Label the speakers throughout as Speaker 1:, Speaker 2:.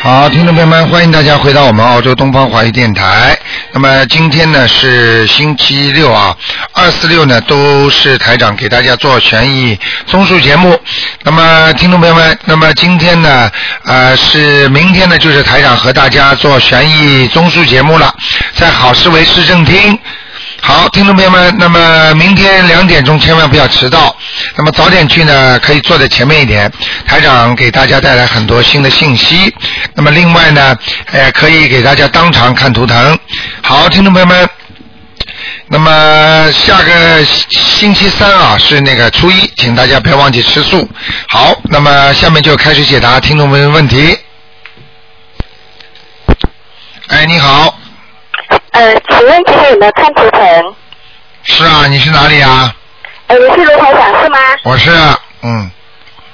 Speaker 1: 好，听众朋友们，欢迎大家回到我们澳洲东方华语电台。那么今天呢是星期六啊，二四六呢都是台长给大家做权益综述节目。那么听众朋友们，那么今天呢，呃，是明天呢就是台长和大家做权益综述节目了，在好思维市政厅。好，听众朋友们，那么明天两点钟千万不要迟到。那么早点去呢，可以坐在前面一点。台长给大家带来很多新的信息。那么另外呢，呃，可以给大家当场看图腾。好，听众朋友们，那么下个星期三啊是那个初一，请大家不要忘记吃素。好，那么下面就开始解答听众朋友问题。哎，你好，
Speaker 2: 呃，请问今天有没有看图腾？
Speaker 1: 是啊，你是哪里啊？
Speaker 2: 呃，你是卢台长是吗？
Speaker 1: 我是，嗯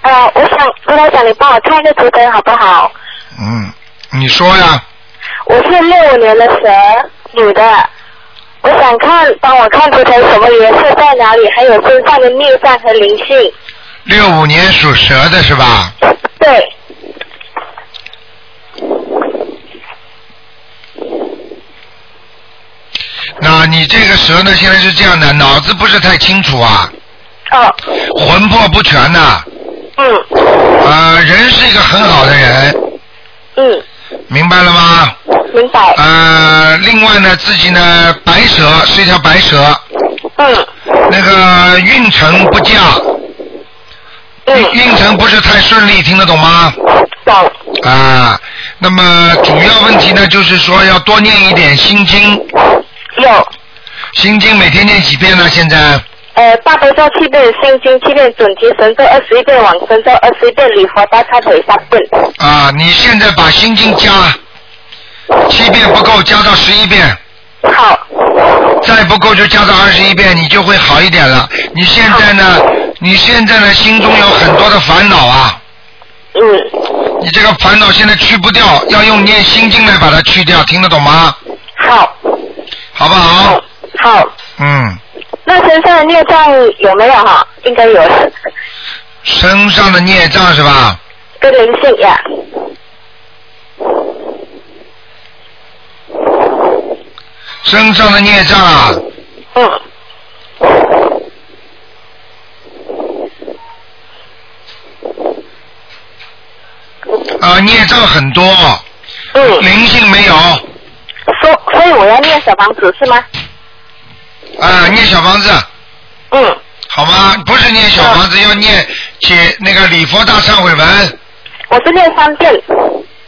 Speaker 2: 呃，我想卢台长，你帮我看一个图腾好不好？
Speaker 1: 嗯，你说呀，
Speaker 2: 我是六五年的蛇，女的。我想看，帮我看图腾什么颜色在哪里，还有身上的孽障和灵性。
Speaker 1: 六五年属蛇的是吧？
Speaker 2: 对，
Speaker 1: 那你这个蛇呢，现在是这样的，脑子不是太清楚啊，
Speaker 2: 哦，
Speaker 1: 魂魄不全呐、
Speaker 2: 嗯
Speaker 1: 呃，人是一个很好的人，
Speaker 2: 嗯，
Speaker 1: 明白了吗？
Speaker 2: 明白，
Speaker 1: 呃，另外呢，自己呢，白蛇是一条白蛇，
Speaker 2: 嗯
Speaker 1: 那个运程不佳，运
Speaker 2: 嗯，
Speaker 1: 运程不是太顺利，听得懂吗？
Speaker 2: 懂，
Speaker 1: 啊、那么主要问题呢，就是说要多念一点心经，
Speaker 2: 有，
Speaker 1: 心经每天念几遍呢？现在
Speaker 2: 呃，大悲咒七遍，心经七遍，准提神咒二十一遍，往生咒二十一遍，礼佛大忏悔三遍。
Speaker 1: 啊、你现在把心经加七遍不够，加到十一遍，
Speaker 2: 好，
Speaker 1: 再不够就加到二十一遍，你就会好一点了。你现在呢？你现在呢？心中有很多的烦恼啊，
Speaker 2: 嗯，
Speaker 1: 你这个烦恼现在去不掉，要用念心经来把它去掉，听得懂吗？
Speaker 2: 好，
Speaker 1: 好不好？
Speaker 2: 好，
Speaker 1: 嗯，
Speaker 2: 那身上的孽障有没有哈？应该有，
Speaker 1: 身上的孽障是吧？
Speaker 2: 跟灵性呀。
Speaker 1: 身上的孽障啊，
Speaker 2: 嗯，
Speaker 1: 啊，孽障很多，
Speaker 2: 嗯，
Speaker 1: 灵性没有，啊、
Speaker 2: 所所以我要念小房子是吗？
Speaker 1: 啊念小房子，
Speaker 2: 嗯，
Speaker 1: 好吗？不是念小房子，要念解那个礼佛大忏悔文，
Speaker 2: 我是念三遍。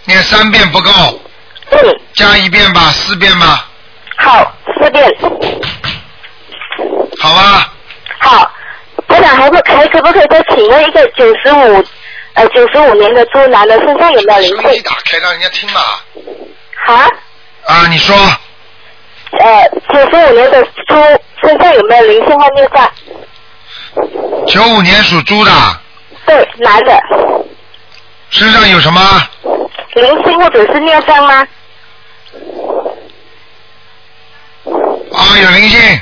Speaker 1: 念三遍不够，
Speaker 2: 嗯，
Speaker 1: 加一遍吧，四遍吧。
Speaker 2: 好，四遍。
Speaker 1: 好吧，
Speaker 2: 好，班长还不还可不可以再请问一个九十五呃九十五年的猪男的身上有没有灵
Speaker 1: 收音机
Speaker 2: 性？
Speaker 1: 打开让人家听嘛。
Speaker 2: 啊？
Speaker 1: 啊，你说
Speaker 2: 呃，九十五年的猪身上有没有灵性或孽障？
Speaker 1: 九五年属猪的
Speaker 2: 对，男的，
Speaker 1: 身上有什么？
Speaker 2: 灵性或者是孽障吗？
Speaker 1: 啊，有灵性，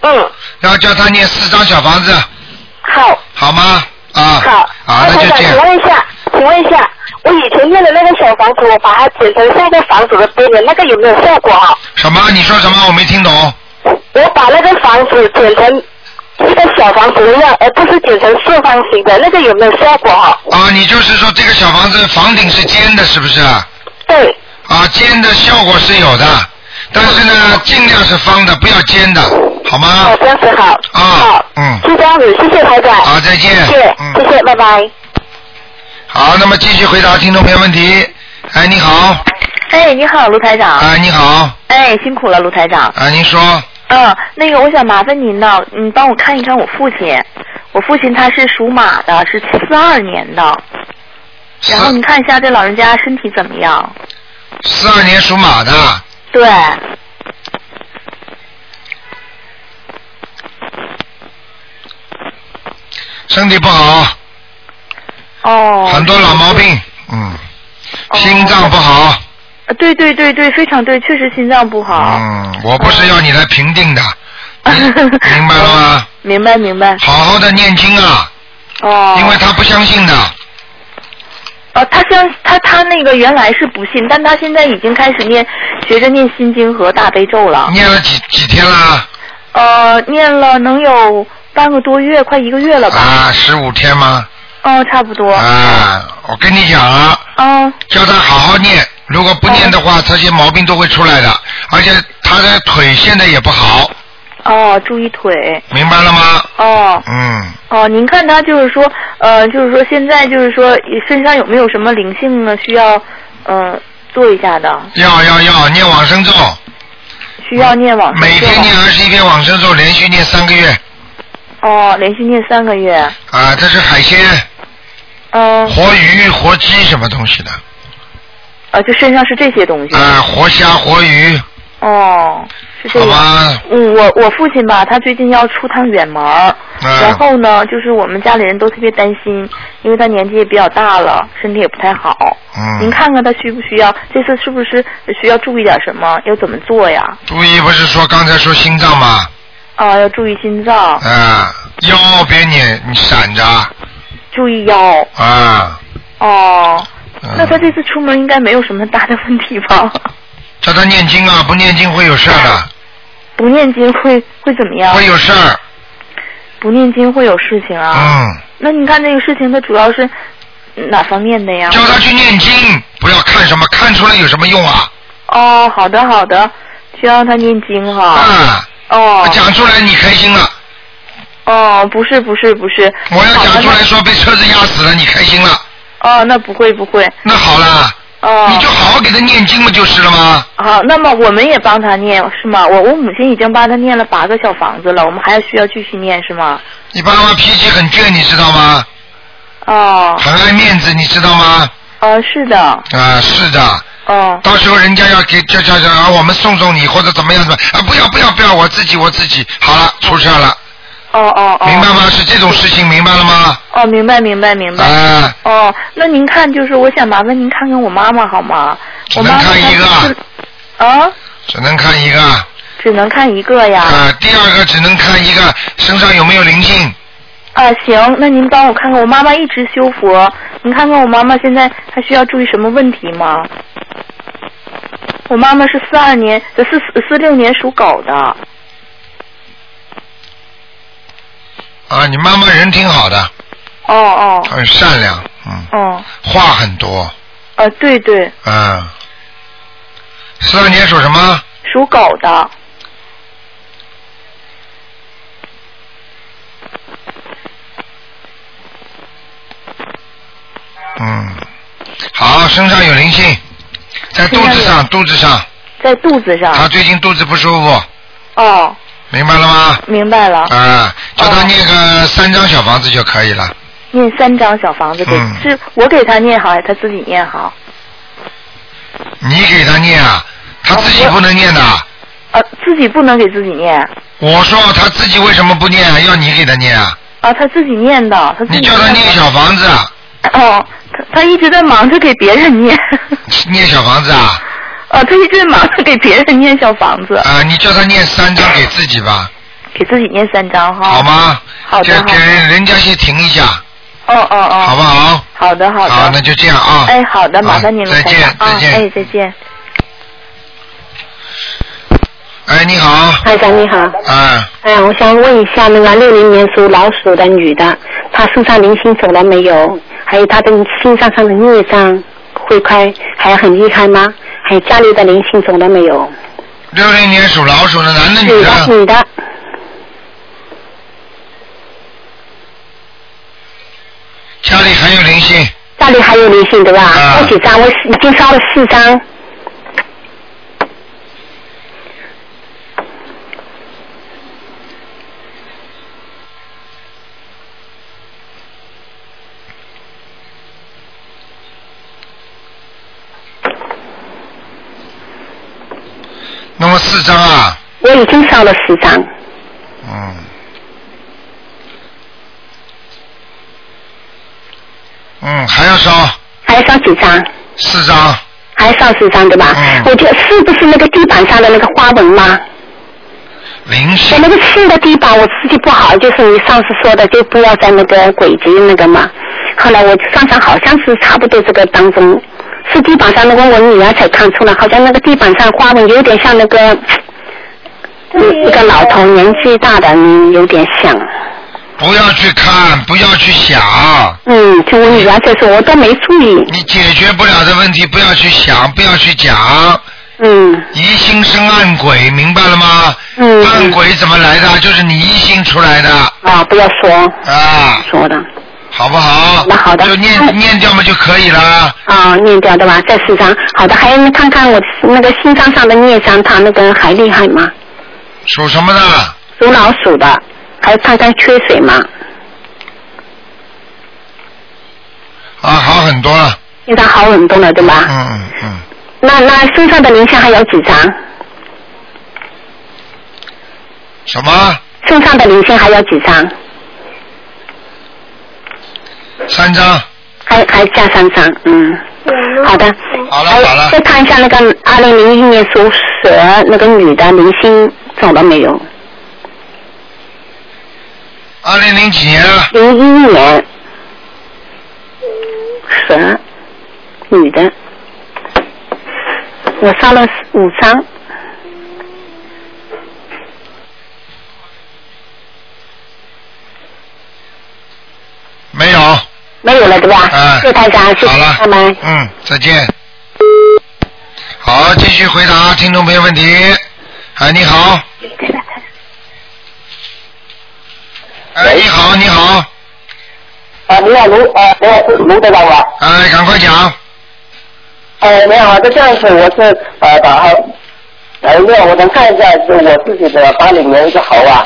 Speaker 2: 嗯，
Speaker 1: 然后叫他念四张小房子，
Speaker 2: 好，
Speaker 1: 好吗？啊，
Speaker 2: 好。
Speaker 1: 啊，那
Speaker 2: 台
Speaker 1: 就
Speaker 2: 长，
Speaker 1: 这
Speaker 2: 请
Speaker 1: 样。
Speaker 2: 问一下，请问一下，我以前念的那个小房子，我把它剪成像一个房子的边缘，那个有没有效果啊？
Speaker 1: 什么？你说什么？我没听懂。
Speaker 2: 我把那个房子剪成一个小房子一样，而不是剪成四方形的，那个有没有效果啊？
Speaker 1: 啊，你就是说这个小房子房顶是尖的，是不是？啊，
Speaker 2: 对，
Speaker 1: 尖的效果是有的，但是呢，尽量是方的，不要尖的，好吗
Speaker 2: 嗯好，？这样子好。
Speaker 1: 啊
Speaker 2: 好，
Speaker 1: 嗯
Speaker 2: 是这样子，谢谢台长。
Speaker 1: 好，再见。
Speaker 2: 谢谢，
Speaker 1: 嗯，
Speaker 2: 谢谢，拜拜。
Speaker 1: 好，那么继续回答听众朋友问题。哎，你好，
Speaker 3: 哎，你好，卢台长。
Speaker 1: 啊，你好，
Speaker 3: 哎，辛苦了，卢台长。
Speaker 1: 啊，您说。
Speaker 3: 嗯，那个我想麻烦您呢，你帮我看一看我父亲。我父亲他是属马的，是四二年的。
Speaker 1: 四
Speaker 3: 然后你看一下这老人家身体怎么样？
Speaker 1: 四二年属马的，
Speaker 3: 对，
Speaker 1: 身体不好，
Speaker 3: 哦。
Speaker 1: 很多老毛病，嗯，
Speaker 3: 哦
Speaker 1: 心脏不好，
Speaker 3: 呃。对对对对，非常对，确实心脏不好。
Speaker 1: 嗯，我不是要你来评定的，明白了吗？
Speaker 3: 明白明白。
Speaker 1: 好好的念经啊，
Speaker 3: 哦。
Speaker 1: 因为他不相信的，
Speaker 3: 哦呃，他相他他那个原来是不信，但他现在已经开始念，学着念心经和大悲咒了。
Speaker 1: 念了几几天啦？
Speaker 3: 呃，念了能有半个多月，快一个月了吧？
Speaker 1: 啊，十五天吗？
Speaker 3: 嗯、差不多。
Speaker 1: 啊，我跟你讲了，
Speaker 3: 嗯、
Speaker 1: 叫他好好念，如果不念的
Speaker 3: 哦
Speaker 1: 话，这些毛病都会出来的，而且他的腿现在也不好，
Speaker 3: 哦，注意腿。
Speaker 1: 明白了吗？
Speaker 3: 哦
Speaker 1: 嗯，
Speaker 3: 哦，您看他就是说，呃，就是说现在就是说身上有没有什么灵性呢？需要，嗯、做一下的，
Speaker 1: 要要要念往生咒，
Speaker 3: 哦需要念往
Speaker 1: 嗯
Speaker 3: 生咒
Speaker 1: 每天念二十一遍往生咒，连续念三个月
Speaker 3: 哦，连续念三个月。
Speaker 1: 啊，这是海鲜、
Speaker 3: 嗯、
Speaker 1: 活鱼、活鸡什么东西的
Speaker 3: 呃，就身上是这些东西。
Speaker 1: 啊，活虾、活鱼，
Speaker 3: 哦，是这
Speaker 1: 好
Speaker 3: 样。
Speaker 1: 吧？
Speaker 3: 嗯，我我父亲吧，他最近要出趟远门儿，然
Speaker 1: 啊
Speaker 3: 后呢，就是我们家里人都特别担心，因为他年纪也比较大了，身体也不太好。您
Speaker 1: 嗯，
Speaker 3: 看看他需不需要？这次是不是需要注意点什么？要怎么做呀？
Speaker 1: 注意不是说刚才说心脏吗？
Speaker 3: 啊、要注意心脏，
Speaker 1: 啊，腰别你你闪着
Speaker 3: 注意腰。
Speaker 1: 啊。
Speaker 3: 哦，
Speaker 1: 嗯
Speaker 3: 那他这次出门应该没有什么大的问题吧？
Speaker 1: 叫他念经啊，不念经会有事儿的，
Speaker 3: 不念经会会怎么样？
Speaker 1: 会有事儿。
Speaker 3: 不念经会有事情啊？
Speaker 1: 嗯，
Speaker 3: 那你看这个事情，它主要是哪方面的呀？
Speaker 1: 叫他去念经，不要看什么，看出来有什么用啊？
Speaker 3: 哦，好的好的，需要他念经哈。
Speaker 1: 啊，
Speaker 3: 哦
Speaker 1: 讲出来你开心了，
Speaker 3: 哦，不是不是不是。
Speaker 1: 我要
Speaker 3: 好的
Speaker 1: 讲出来
Speaker 3: 那
Speaker 1: 说被车子压死了，你开心了，
Speaker 3: 哦，那不会不会。
Speaker 1: 那好啦，
Speaker 3: 哦。
Speaker 1: 你就好好给他念经不就是了吗？
Speaker 3: 好，那么我们也帮他念是吗？我我母亲已经帮他念了八个小房子了，我们还需要继续念是吗？
Speaker 1: 你爸妈脾气很倔，你知道吗？
Speaker 3: 哦，
Speaker 1: 很爱面子，你知道吗？
Speaker 3: 呃，是的，
Speaker 1: 啊，是的，
Speaker 3: 哦，
Speaker 1: 到时候人家要给叫叫叫啊，我们送送你或者怎么样怎么样啊？不要不要不要，我自己我自己，好了，出事儿了，
Speaker 3: 哦哦哦，
Speaker 1: 明白吗？是这种事情，明白了吗？
Speaker 3: 哦，明白明白明白。
Speaker 1: 啊，
Speaker 3: 哦，那您看，就是我想麻烦您看看我妈妈好吗？我妈妈
Speaker 1: 只能看一个
Speaker 3: 她就是啊，
Speaker 1: 只能看一个啊、
Speaker 3: 只能看一个呀。
Speaker 1: 第二个只能看一个身上有没有灵性，
Speaker 3: 啊，行，那您帮我看看，我妈妈一直修佛，您看看我妈妈现在还需要注意什么问题吗？我妈妈是四二年，呃四四六年属狗的，
Speaker 1: 啊，你妈妈人挺好的，
Speaker 3: 哦哦
Speaker 1: 很善良，嗯，
Speaker 3: 哦，
Speaker 1: 话很多，
Speaker 3: 呃，对对，
Speaker 1: 嗯，四二年属什么？
Speaker 3: 属狗的，
Speaker 1: 嗯，好，身上有灵性，在肚子
Speaker 3: 身上
Speaker 1: 上，肚子上，
Speaker 3: 在肚子上，
Speaker 1: 她最近肚子不舒服，啊
Speaker 3: 哦，
Speaker 1: 明白了吗？
Speaker 3: 明白了，
Speaker 1: 啊，叫她
Speaker 3: 哦
Speaker 1: 念个三张小房子就可以了，
Speaker 3: 念三张小房子给，
Speaker 1: 嗯
Speaker 3: 是我给她念好，还是她自己念好？
Speaker 1: 你给她念啊，她自己
Speaker 3: 哦我
Speaker 1: 不能念的。
Speaker 3: 呃，自己不能给自己念，
Speaker 1: 我说他自己为什么不念啊？要你给他念啊？
Speaker 3: 啊，她自己念的，她自己
Speaker 1: 你叫他
Speaker 3: 的
Speaker 1: 念小房子，啊，
Speaker 3: 哦，他他一直在忙着给别人念，
Speaker 1: 念小房子啊？
Speaker 3: 哦，他一直在忙着给别人念小房子，
Speaker 1: 啊、你叫他念三张给自己吧，
Speaker 3: 给自己念三张哈。
Speaker 1: 好？吗？
Speaker 3: 好的
Speaker 1: 这
Speaker 3: 好的
Speaker 1: 给人家先停一下，
Speaker 3: 哦哦哦。
Speaker 1: 好不好？
Speaker 3: 好的好的。
Speaker 1: 好，那就这样啊。
Speaker 3: 哎，好的，麻烦您了，
Speaker 1: 再见
Speaker 3: 台长，
Speaker 1: 再
Speaker 3: 啊
Speaker 1: 见。
Speaker 3: 哎，再见。
Speaker 1: 哎，你好，
Speaker 4: 台长你好，
Speaker 1: 啊，
Speaker 4: 哎，我想问一下那个六零年属老鼠的女的，她身上灵性走了没有？还有她的心脏上的孽障会开还很厉害吗？还有家里的灵性走了没有？
Speaker 1: 六零年属老鼠的男的女
Speaker 4: 女的
Speaker 1: 的，
Speaker 4: 女的，
Speaker 1: 家里还有灵性，
Speaker 4: 家里还有灵性对吧？
Speaker 1: 啊
Speaker 4: 我几张？我已经烧了四张。
Speaker 1: 那么四张啊，
Speaker 4: 我已经烧了十张，
Speaker 1: 嗯。嗯，还要烧
Speaker 4: 还要烧几张？
Speaker 1: 四张，
Speaker 4: 还要烧十张对吧？
Speaker 1: 嗯
Speaker 4: 我觉得是不是那个地板上的那个花纹吗？
Speaker 1: 灵
Speaker 4: 我
Speaker 1: 性
Speaker 4: 那个性的地方我自己不好，就是你上次说的，就不要在那个轨迹那个嘛。后来我上上好像是差不多这个当中，是地板上那个我女儿才看出来，好像那个地板上花纹有点像那个嗯一一个老头年纪大的，嗯有点像。
Speaker 1: 不要去看，不要去想，
Speaker 4: 嗯，就我女儿就说，我都没注意。
Speaker 1: 你解决不了的问题不要去想，不要去讲，
Speaker 4: 嗯
Speaker 1: 疑心生暗鬼，明白了吗？
Speaker 4: 嗯
Speaker 1: 暗鬼怎么来的？就是你疑心出来的
Speaker 4: 啊，不要说
Speaker 1: 啊，
Speaker 4: 说的
Speaker 1: 好不好？
Speaker 4: 好的好的
Speaker 1: 就
Speaker 4: 哎
Speaker 1: 念念掉嘛就可以了。
Speaker 4: 啊，念掉的吧，在四张。好的，还有看看我那个心脏上的孽障，它那个还厉害吗？
Speaker 1: 属什么的？
Speaker 4: 属老鼠的，还看看缺水吗？
Speaker 1: 啊，好很多了。
Speaker 4: 现在好很多了，对吧？
Speaker 1: 嗯嗯嗯，
Speaker 4: 那那身上的灵性还有几张？
Speaker 1: 什么？
Speaker 4: 身上的灵性还有几张？
Speaker 1: 三张。
Speaker 4: 还还加三张，嗯，好的。
Speaker 1: 好了
Speaker 4: 还有
Speaker 1: 好了
Speaker 4: 再看一下那个二零零一年属蛇那个女的灵性走了没有？
Speaker 1: 二零零几年啊？
Speaker 4: 零一年，嗯蛇，女的，我烧了五张，
Speaker 1: 没有。
Speaker 4: 没有了对吧？
Speaker 1: 嗯
Speaker 4: 谢谢台长，谢
Speaker 1: 好
Speaker 4: 谢
Speaker 1: 了
Speaker 4: 他们。
Speaker 1: 嗯，再见。好，继续回答听众朋友问题。哎，你好。哎，你好，你好，
Speaker 5: 啊，你好，卢啊，你好，是卢队长吗？
Speaker 1: 哎，赶快讲。
Speaker 5: 哎，你好，那这样子我是呃打好，哎，那我能看一下是我自己的八零年一个猴啊，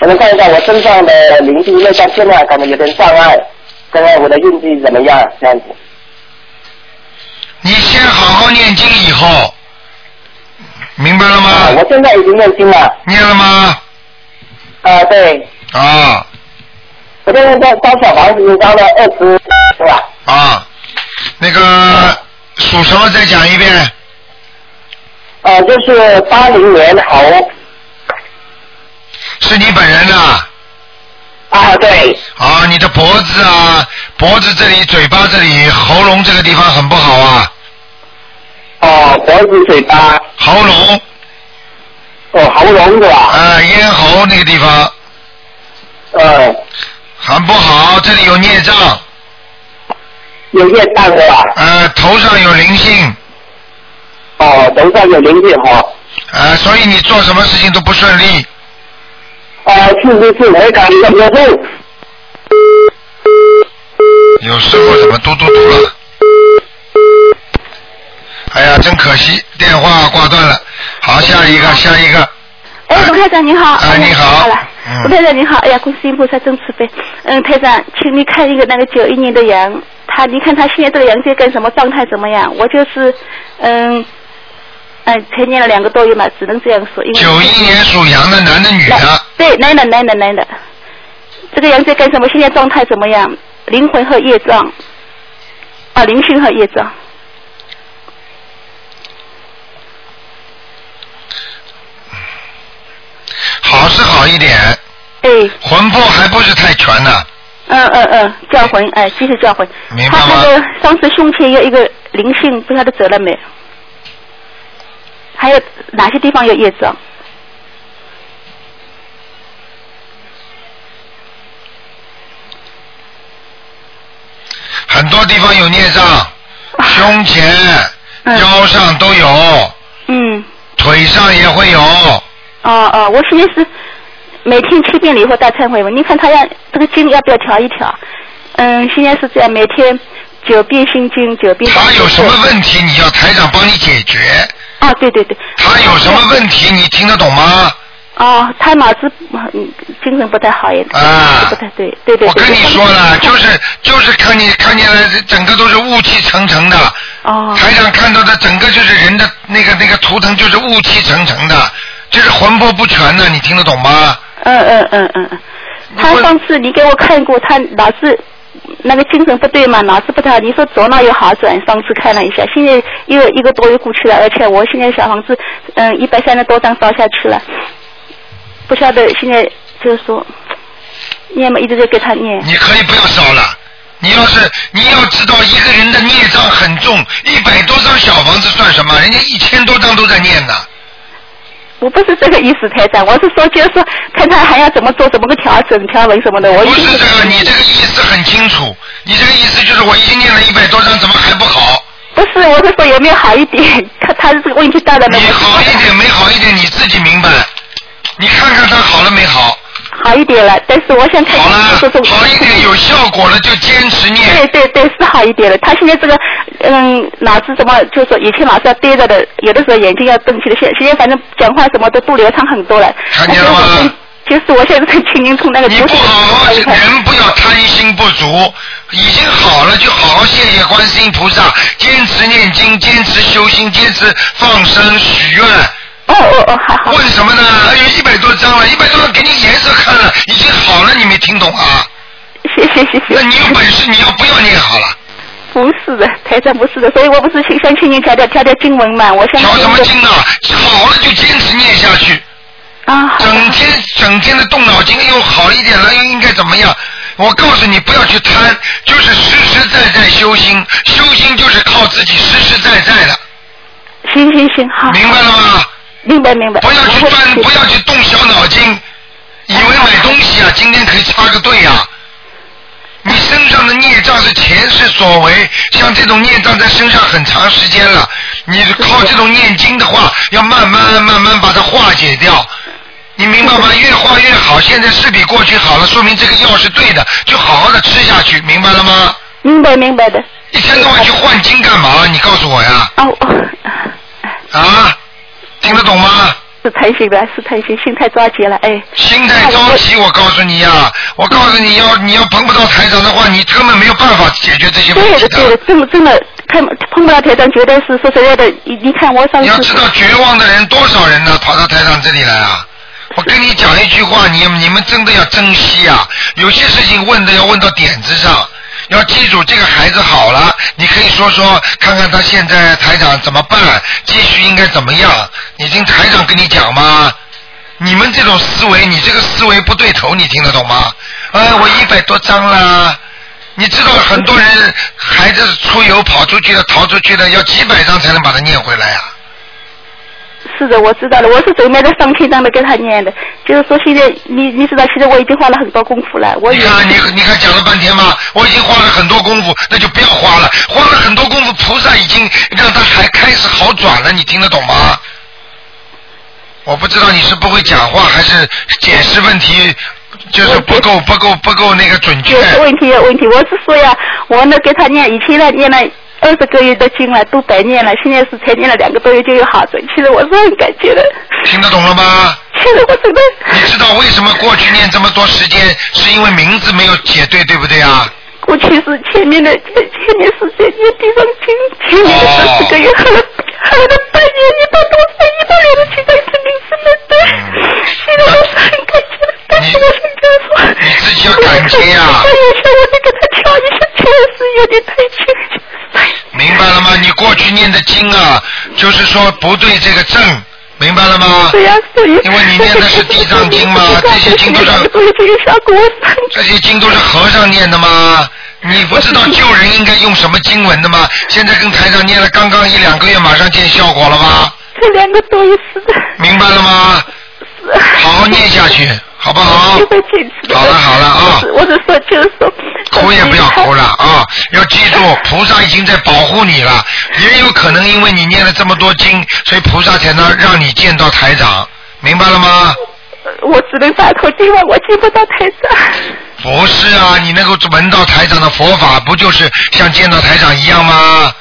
Speaker 5: 我能看一下我身上的灵性内在现在感觉有点障碍，看看我的运气怎么样这样子。
Speaker 1: 你先好好念经，以后明白了
Speaker 5: 啊，
Speaker 1: 吗？
Speaker 5: 我现在已经念经了，
Speaker 1: 念了吗？
Speaker 5: 啊，对，
Speaker 1: 啊
Speaker 5: 我现在在烧小房子，烧了二十，是吧？
Speaker 1: 啊，那个属什么？再讲一遍。
Speaker 5: 啊，就是八零年猴
Speaker 1: 是你本人的啊
Speaker 5: 啊，对，
Speaker 1: 啊，你的脖子啊，脖子这里、嘴巴这里、喉咙这个地方很不好啊，
Speaker 5: 哦、脖子、嘴巴，
Speaker 1: 喉咙
Speaker 5: 哦、喉咙是吧？
Speaker 1: 啊、咽喉那个地方
Speaker 5: 嗯，
Speaker 1: 很不好，这里有孽障，
Speaker 5: 有业障是吧？
Speaker 1: 呃，头上有灵性，
Speaker 5: 哦，楼上有哦邻居哈，
Speaker 1: 呃，所以你做什么事情都不顺利。
Speaker 5: 呃，是不是我感觉有事？
Speaker 1: 有时候怎么嘟嘟嘟了？哎呀，真可惜，电话挂断了。好，下一
Speaker 5: 嗯
Speaker 1: 个，下一个，
Speaker 6: 哎，卢台长您好。
Speaker 1: 哎
Speaker 6: 哎呀
Speaker 1: 你好
Speaker 6: 打扰了
Speaker 1: 嗯
Speaker 6: 卢台长您好，哎呀，观世音菩萨真慈悲。嗯，台长，请你看一个那个九一年的羊，他你看他现在这个羊在干什么状态怎么样？我就是，嗯，嗯，才念了两个多月嘛，只能这样说，因为
Speaker 1: 九一啊年属羊的男的女
Speaker 6: 男
Speaker 1: 的，
Speaker 6: 对男的男的男的，这个羊在干什么？现在状态怎么样？灵魂和业障，啊，灵性和业障。
Speaker 1: 好是好一点，
Speaker 6: 哎，
Speaker 5: 嗯
Speaker 1: 魂魄还不是太全呢、
Speaker 6: 嗯嗯嗯，叫魂，哎，继续叫魂。
Speaker 1: 明白
Speaker 6: 他
Speaker 1: 吗
Speaker 6: 那个上次胸前有一个灵性，不晓得走了没？还有哪些地方有啊业障？
Speaker 1: 很多地方有孽障，胸前、
Speaker 6: 嗯
Speaker 1: 腰上都有，
Speaker 6: 嗯，
Speaker 1: 腿上也会有。
Speaker 6: 哦哦，我现在是每天七遍礼佛大忏悔文，你看他要这个经要不要调一调？嗯，现在是这样，每天九遍心经，九遍。
Speaker 1: 他有什么？问题，你要台长帮你解决。
Speaker 6: 啊，对对对。
Speaker 1: 他有什么问题，你听得懂吗？
Speaker 6: 哦，他脑子嗯精神不太好也。
Speaker 1: 啊
Speaker 6: 不太对，对对对。
Speaker 1: 我跟你说了，就是就是看你看见了，整个都是雾气沉沉的。
Speaker 6: 哦
Speaker 1: 台长看到的整个就是人的那个那个图腾，就是雾气沉沉的，就是魂魄不全的，你听得懂吗？
Speaker 6: 嗯嗯嗯嗯，嗯，他上次你给我看过，他脑子那个精神不对嘛，脑子不太好。你说左脑有好转，上次看了一下，现在又一个多月过去了，而且我现在小房子嗯一百三十多张烧下去了。不晓得现在就是说念嘛，一直在给他念。
Speaker 1: 你可以不要烧了。你要是你要知道一个人的孽障很重，一百多张小房子算什么？人家一千多张都在念呢。
Speaker 6: 我不是这个意思，台长，我是说就是说看他还要怎么做，怎么个调整、调文什么的。我一
Speaker 1: 不
Speaker 6: 定
Speaker 1: 是这个，
Speaker 6: 会
Speaker 1: 你这个意思很清楚，你这个意思就是我已经念了一百多张，怎么还不好？
Speaker 6: 不是，我是说有没有好一点？ 他他这个问题大了呢，
Speaker 1: 你
Speaker 6: 我
Speaker 1: 好一点没好一点，你自己明白。你看看他好了没好？
Speaker 6: 好一点了，但是我想看
Speaker 1: 好
Speaker 6: 看
Speaker 1: 了
Speaker 6: 就是，说
Speaker 1: 好一点有效果了就坚持
Speaker 6: 对
Speaker 1: 念。
Speaker 6: 对对，是好一点了。他现在这个，嗯，脑子怎么就是说以前老是要憋着的，有的时候眼睛要瞪起来，现现在反正讲话什么都不流畅很多了。
Speaker 1: 看见了吗
Speaker 6: 但是我从就是我现在在请您从那个
Speaker 1: 你不好好哦人不要贪心不足，已经好了就好好谢谢观世音菩萨，坚持念经，坚持修心，坚持放生许愿。
Speaker 6: 哦哦哦，好好。
Speaker 1: 问什么呢？哎呦，一百多张了，一百多张给你颜色看了，已经好了，你没听懂啊？
Speaker 6: 谢谢谢谢。
Speaker 1: 那你有本事你要不要念好了？
Speaker 6: 不是的，台长不是的，所以我不是请想请您调调调调经文嘛，我想
Speaker 1: 调什么经啊？好了就坚持念下去，
Speaker 6: 啊？好
Speaker 1: 整天整天的动脑筋，又好一点了，又应该怎么样？我告诉你，不要去贪，就是实实在在修心，修心就是靠自己实实在在的，
Speaker 6: 行行行，好，
Speaker 1: 明白了吗？
Speaker 6: 明白明白。
Speaker 1: 不 要去
Speaker 6: 我会
Speaker 1: 钻，
Speaker 6: 去
Speaker 1: 不要去动小脑筋，以为买东西啊，今天可以插个队啊。你身上的孽障是前世所为，像这种孽障在身上很长时间了，你靠这种念经的话，要慢慢慢慢把它化解掉。你明白吗？越化越好，现在是比过去好了，说明这个药是对的，就好好的吃下去，明白了吗？
Speaker 6: 明白明白的。
Speaker 1: 一天到晚去换经干嘛？你告诉我呀！
Speaker 6: 哦哦，
Speaker 1: 啊，听得懂吗？
Speaker 6: 是贪心的，是贪心，心太着急了，哎。
Speaker 1: 心态着急，我告诉你呀、我告诉你要你要碰不到台长的话，你根本没有办法解决这些问
Speaker 6: 对
Speaker 1: 题
Speaker 6: 的，对的，真的真的，看碰到台长，绝对是说实在的，你你看我上
Speaker 1: 你要知
Speaker 6: 次
Speaker 1: 道绝望的人多少人呢，跑到台长这里来啊！我跟你讲一句话，你你们真的要珍惜啊！有些事情问的要问到点子上，要记住这个孩子好了，你可以说说看看他现在台长怎么办，继续应该怎么样？你听台长跟你讲吗？你们这种思维，你这个思维不对头，你听得懂吗？呃，我一百多张啦。你知道很多人孩子出游跑出去的、逃出去的，要几百张才能把它念回来啊！
Speaker 6: 是的，我知道了，我是准备在上千章的跟他念的，就是说现在你你知道，其实我已经花了很多功夫了，我
Speaker 1: 你
Speaker 6: 也
Speaker 1: 看，你你看讲了半天嘛，我已经花了很多功夫，那就不要花了。花了很多功夫，菩萨已经让他还开始好转了，你听得懂吗？我不知道你是不会讲话，还是解释问题就是不够不够不够那个准确
Speaker 6: 有。些问题有问题，我是说呀，我呢给他念，以前呢念了二十个月的经了，都白念了，现在是才念了两个多月就有好转，其实我是很感激的，
Speaker 1: 听得懂了吗？
Speaker 6: 其实我真的
Speaker 1: 你知道为什么过去念这么多时间，是因为名字没有写对，对不对啊？
Speaker 6: 过去是前面的前前面是在念地上经，前面的三十个月喝了喝了半年一百多岁一百六十七张生命是没对，现在我是很感激的，但是我想就是说，
Speaker 1: 你自己要感激啊呀
Speaker 6: 我有些我再给他调一下，确实有点太轻。
Speaker 1: 明白了吗？你过去念的经啊，就是说不对这个正，明白了吗？
Speaker 6: 对呀、所以
Speaker 1: 因为你念的是 地藏经嘛这些经都是
Speaker 6: 所以这个效果我是很
Speaker 1: 这些经都是和尚念的吗？你不知 道救人应该用什么经文的吗？现在跟台上念了刚刚一两个月，马上见效果了吧？
Speaker 6: 这两个多月是的，
Speaker 1: 明白了吗？
Speaker 6: 是。
Speaker 1: 好好念下去，好不好
Speaker 6: 就？会坚持的。
Speaker 1: 好了好了啊
Speaker 6: 我是说就是说，
Speaker 1: 哭也不要哭了啊！要记住，菩萨已经在保护你了。也有可能因为你念了这么多经，所以菩萨才能让你见到台长，明白了吗？
Speaker 6: 我只能打头电话，我见不到台长。
Speaker 1: 不是啊，你能够闻到台长的佛法，不就是像见到台长一样吗？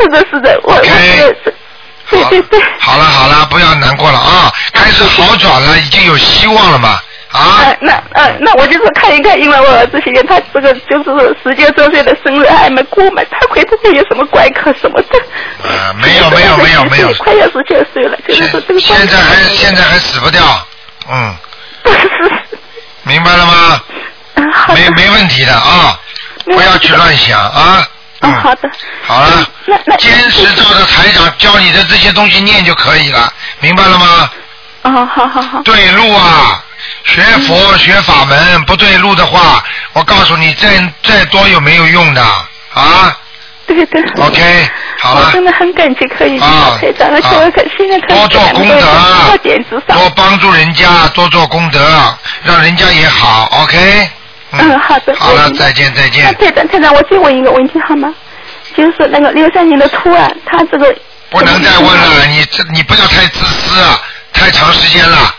Speaker 6: 是的，是的，我
Speaker 1: OK
Speaker 6: 我是对对对。
Speaker 1: 好了好了，不要难过了啊，开始好转了，已经有希望了嘛啊
Speaker 6: 呃，！那呃，那我就是看一看，因为我儿子现在他这个就是十九周岁的生日还没过嘛，他会不会有什么怪客什么的？
Speaker 1: 呃，没有没有没有没有，
Speaker 6: 快要十九岁了，就是说这
Speaker 1: 现
Speaker 6: 个怪
Speaker 1: 现
Speaker 6: 客
Speaker 1: 在还现在还死不掉， 嗯，明白了吗？
Speaker 6: 嗯好的
Speaker 1: 没没问题的啊，
Speaker 6: 没
Speaker 1: 不
Speaker 6: 问题
Speaker 1: 要去乱想啊。
Speaker 6: 嗯
Speaker 1: 嗯，
Speaker 6: 好的。嗯
Speaker 1: 好了
Speaker 6: 那那，
Speaker 1: 坚持照着台长教你的这些东西念就可以了，明白了吗？
Speaker 6: 哦，好好好，嗯
Speaker 1: 对路啊，学佛学法门不对路的话，我告诉你，再再多有没有用的啊
Speaker 6: 对对。
Speaker 1: ？OK，好
Speaker 6: 我
Speaker 1: 了，
Speaker 6: 真的很感激可以听
Speaker 1: 啊
Speaker 6: 到台长，而且
Speaker 1: 啊
Speaker 6: 我可现在可 以
Speaker 1: 多做功德啊
Speaker 6: 多点子上。
Speaker 1: 多帮助人家，多做功德，让人家也好。OK，
Speaker 6: 嗯，好的。
Speaker 1: 好了
Speaker 6: 我，
Speaker 1: 再见再
Speaker 6: 那
Speaker 1: 见。
Speaker 6: 台长，台长，我再问一个问题好吗？就是那个六三年的兔啊，他这个
Speaker 1: 不能再问了，你这你不要太自私，啊，太长时间了，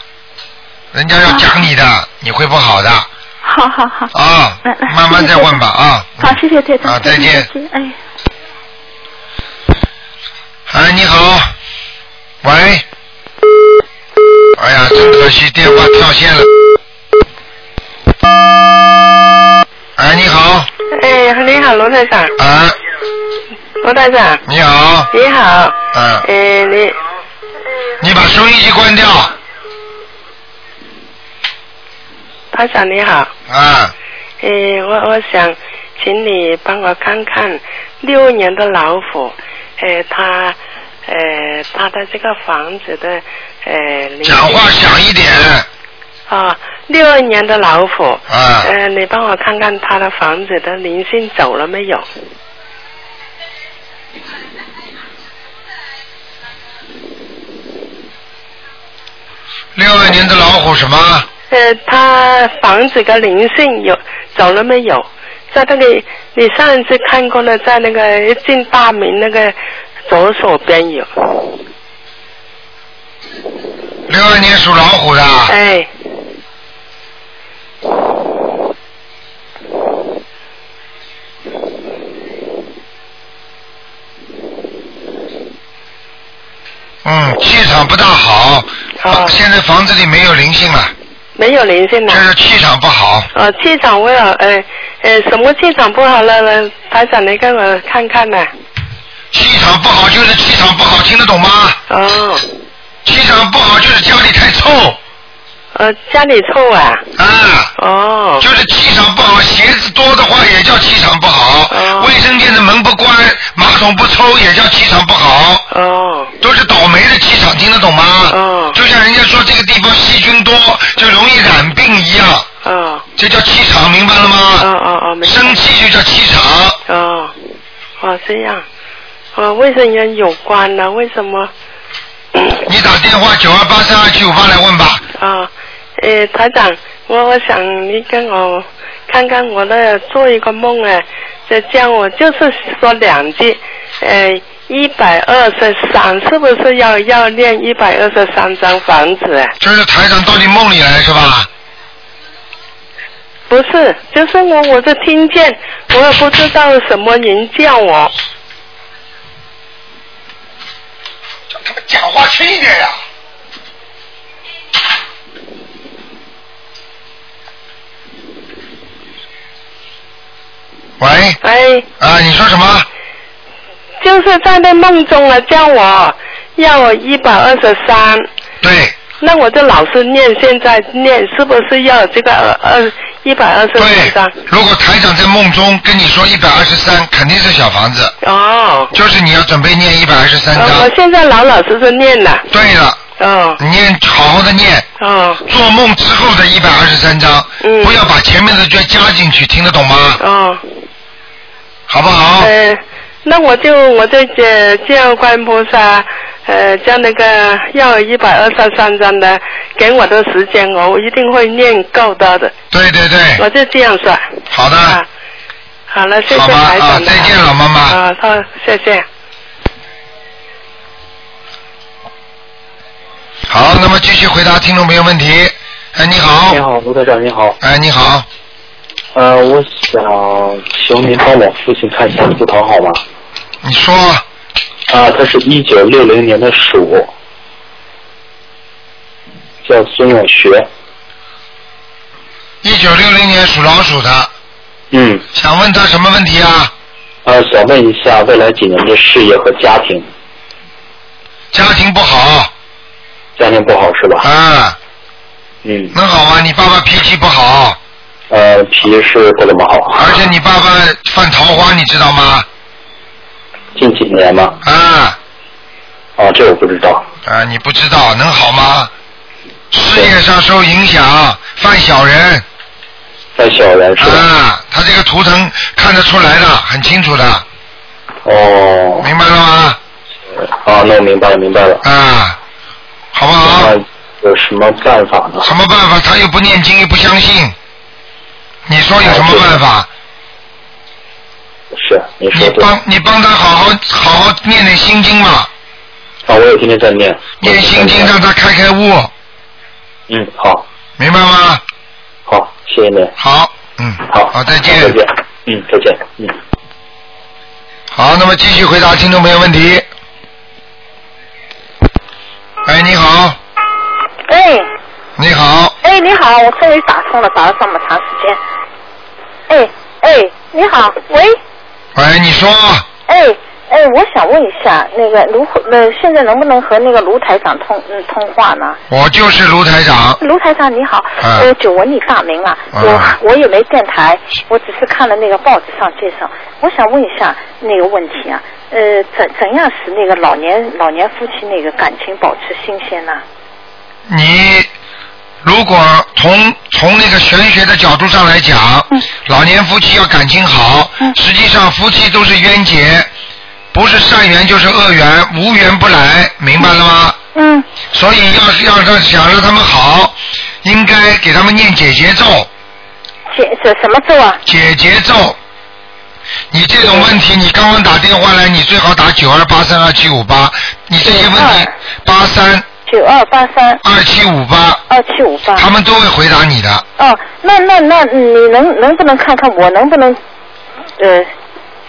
Speaker 1: 人家要讲你的，你会不好的
Speaker 6: 好好好。
Speaker 1: 啊
Speaker 6: 嗯嗯。
Speaker 1: 慢慢再问吧啊。
Speaker 6: 好，谢谢台长。
Speaker 1: 啊再见。
Speaker 6: 哎，
Speaker 1: 哎，你好，喂，哎呀，真可惜，电话跳线了。哎，你好，
Speaker 7: 哎，你好，罗台长，
Speaker 1: 啊，
Speaker 7: 罗台长，
Speaker 1: 你好，
Speaker 7: 你好，
Speaker 1: 啊，
Speaker 7: 哎，你
Speaker 1: 你把收音机关掉，
Speaker 7: 台长你好，
Speaker 1: 啊，
Speaker 7: 哎，我我想请你帮我看看六年的老虎，哎，他，呃，他的这个房子的，呃，邻居
Speaker 1: 讲话响一点，
Speaker 7: 啊，六年的老虎，
Speaker 1: 啊，
Speaker 7: 呃，你帮我看看他的房子的灵性走了没有？
Speaker 1: 六二年的老虎什么？
Speaker 7: 呃，他房子的灵性有走了没有？在那里，你上一次看过了，在那个进大门那个左手边有。
Speaker 1: 六二年属老虎的，
Speaker 7: 哎，
Speaker 1: 嗯，气场不大好，
Speaker 7: 哦
Speaker 1: 现在房子里没有灵性了，
Speaker 7: 没有灵性了啊
Speaker 1: 就。是气场不好，
Speaker 7: 哦，气场不好，呃呃，什么气场不好了呢？台长，你给我看看啊呢、
Speaker 1: 气场不好就是气场不好，听得懂吗？
Speaker 7: 哦，
Speaker 1: 气场不好就是家里太臭
Speaker 7: 呃，家里臭啊。
Speaker 1: 啊，
Speaker 7: 哦，
Speaker 1: 就是气场不好，鞋子多的话也叫气场不好，
Speaker 7: 哦
Speaker 1: 卫生间的门不关，马桶不抽也叫气场不好，
Speaker 7: 哦，
Speaker 1: 都是倒霉的气场，听得懂吗？
Speaker 7: 哦
Speaker 1: 就像人家说这个地方细菌多，就容易染病一样，
Speaker 7: 哦，
Speaker 1: 这叫气场，明白了吗？
Speaker 7: 哦哦哦，没
Speaker 1: 啊生气就叫气场，
Speaker 7: 哦，哦这样，哦，卫生间有关呢？为什么？
Speaker 1: 你打电话九二八三二七五八来问吧。
Speaker 7: 啊，呃，台长，我我想你跟我看看我的做一个梦哎，这叫我就是说两句，呃，一百二十三是不是要要念一百二十三张房子哎？
Speaker 1: 就是台长到你梦里来是吧？
Speaker 7: 不是，就是我我就听见，我也不知道什么人叫我，
Speaker 1: 叫他们讲话轻一点呀、喂，
Speaker 7: 哎，
Speaker 1: 啊，你说什么？
Speaker 7: 就是在那梦中啊叫我要我一百二十三。
Speaker 1: 对
Speaker 7: 那我就老是念，现在念是不是要这个二二一百二十
Speaker 1: 对
Speaker 7: 四张？，
Speaker 1: 如果台长在梦中跟你说一百二十三，肯定是小房子，
Speaker 7: 哦，
Speaker 1: 就是你要准备念一百二十三
Speaker 7: 呃
Speaker 1: 章
Speaker 7: 我。现在老老实实念了。
Speaker 1: 对了，
Speaker 7: 哦
Speaker 1: 你念好好的念，
Speaker 7: 哦
Speaker 1: 做梦之后的一百二十三章，
Speaker 7: 嗯
Speaker 1: 不要把前面的再加进去，听得懂吗？
Speaker 7: 哦，
Speaker 1: 好不好？
Speaker 7: 呃，那我就我就呃叫观菩萨，呃，叫那个要一百二十三张的，给我的时间哦，我一定会念够的的，
Speaker 1: 对对对，
Speaker 7: 我就这样说。
Speaker 1: 好的，
Speaker 7: 啊，好了，谢谢
Speaker 1: 好吧
Speaker 7: 台
Speaker 1: 啊
Speaker 7: 长，了
Speaker 1: 再见了，妈妈。
Speaker 7: 啊，好，谢谢。
Speaker 1: 好，那么继续回答听众朋友问题。哎，你好
Speaker 8: 你，好，卢科长，你好。
Speaker 1: 哎，你好，
Speaker 8: 呃，我想请您帮我父亲看一下图腾好吗？
Speaker 1: 你说
Speaker 8: 啊、他是一九六零年的鼠，叫孙永学。
Speaker 1: 一九六零年属老鼠的，
Speaker 8: 嗯，
Speaker 1: 想问他什么问题啊？
Speaker 8: 呃，想问一下未来几年的事业和家庭，
Speaker 1: 家庭不好
Speaker 8: 家庭不好是吧？
Speaker 1: 啊，
Speaker 8: 嗯，
Speaker 1: 能好吗？你爸爸脾气不好，
Speaker 8: 呃，脾是不怎么好，
Speaker 1: 而且你爸爸犯桃花，你知道吗？
Speaker 8: 近几年嘛，
Speaker 1: 啊
Speaker 8: 啊，这我不知道。
Speaker 1: 啊，你不知道，能好吗？事业上受影响，犯小人
Speaker 9: 在小人是吧？
Speaker 1: 啊，他这个图腾看得出来的，很清楚的，
Speaker 9: 哦，
Speaker 1: 明白了吗？
Speaker 9: 啊，那我明白了，明白了。
Speaker 1: 啊，好不好？
Speaker 9: 那有什么办法呢？
Speaker 1: 什么办法？他又不念经，又不相信，你说有什么办法？
Speaker 9: 啊是，你说
Speaker 1: 你
Speaker 9: 对。
Speaker 1: 帮你帮他好好好好念念心经嘛，
Speaker 9: 啊，我也天天在念。
Speaker 1: 念心经让他开开悟，
Speaker 9: 嗯，好，
Speaker 1: 明白吗？
Speaker 9: 好，谢谢你。
Speaker 1: 好，嗯，
Speaker 9: 好，
Speaker 1: 再
Speaker 9: 再
Speaker 1: 见。
Speaker 9: 见。嗯，再见。嗯。
Speaker 1: 好，那么继续回答听众朋友问题。哎，你好，
Speaker 2: 哎
Speaker 1: 你好，
Speaker 2: 哎，你好，我终于打通了，打了这么长时间。哎哎，你好，喂，
Speaker 1: 喂，你说，
Speaker 2: 哎哎，我想问一下，那个卢呃，现在能不能和那个卢台长通嗯通话呢？
Speaker 1: 我就是卢台长，
Speaker 2: 卢台长你好，
Speaker 1: 嗯
Speaker 2: 呃，久闻你大名啊，
Speaker 1: 嗯
Speaker 2: 我我也没电台，我只是看了那个报纸上介绍。我想问一下那个问题啊，呃，怎怎样使那个老年老年夫妻那个感情保持新鲜呢？
Speaker 1: 你如果从从那个玄学的角度上来讲，老年夫妻要感情好，实际上夫妻都是冤结，不是善缘就是恶缘，无缘不来，明白了吗？
Speaker 2: 嗯
Speaker 1: 所以要是要让想让他们好，应该给他们念解结咒。
Speaker 2: 解这什么咒啊？
Speaker 1: 解节奏。你这种问题，你刚刚打电话来，你最好打九二八三二七五八。你这些问题，八三
Speaker 2: 九二八三啊
Speaker 1: 二七五八，
Speaker 2: 二七五八。
Speaker 1: 他们都会回答你的。
Speaker 2: 哦，那那那嗯你能能不能看看我能不能，呃，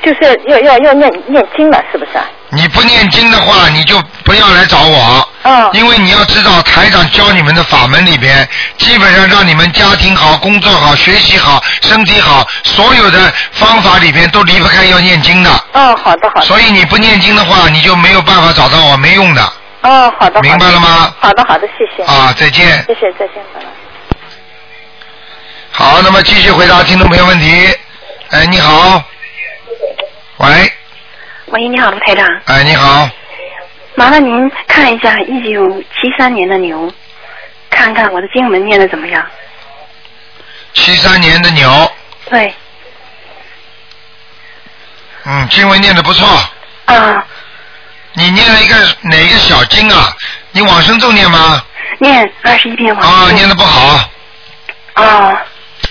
Speaker 2: 就是要要要念念经了，是不是啊？
Speaker 1: 你不念经的话，你就不要来找我，
Speaker 2: 嗯
Speaker 1: 因为你要知道，台长教你们的法门里边，基本上让你们家庭好、工作好、学习好、身体好，所有的方法里边都离不开要念经的。
Speaker 2: 哦，好的好的。
Speaker 1: 所以你不念经的话，你就没有办法找到我，没用的。
Speaker 2: 哦，好的。好的
Speaker 1: 明白了吗？
Speaker 2: 好的好的，谢谢。
Speaker 1: 啊，再见。
Speaker 2: 谢谢，再见，拜拜。
Speaker 1: 好，那么继续回答听众朋友问题。哎，你好。喂，
Speaker 4: 喂，你好，卢台长，
Speaker 1: 哎，你好，
Speaker 4: 麻烦您看一下一九七三年的牛，看看我的经文念的怎么样？
Speaker 1: 七三年的牛，
Speaker 4: 对，
Speaker 1: 嗯，经文念的不错。
Speaker 4: 啊，
Speaker 1: 你念了一个哪一个小经啊？你往生咒念吗？
Speaker 4: 念二十一遍往
Speaker 1: 啊，
Speaker 4: 生
Speaker 1: 念的不好，
Speaker 4: 咒嗯啊嗯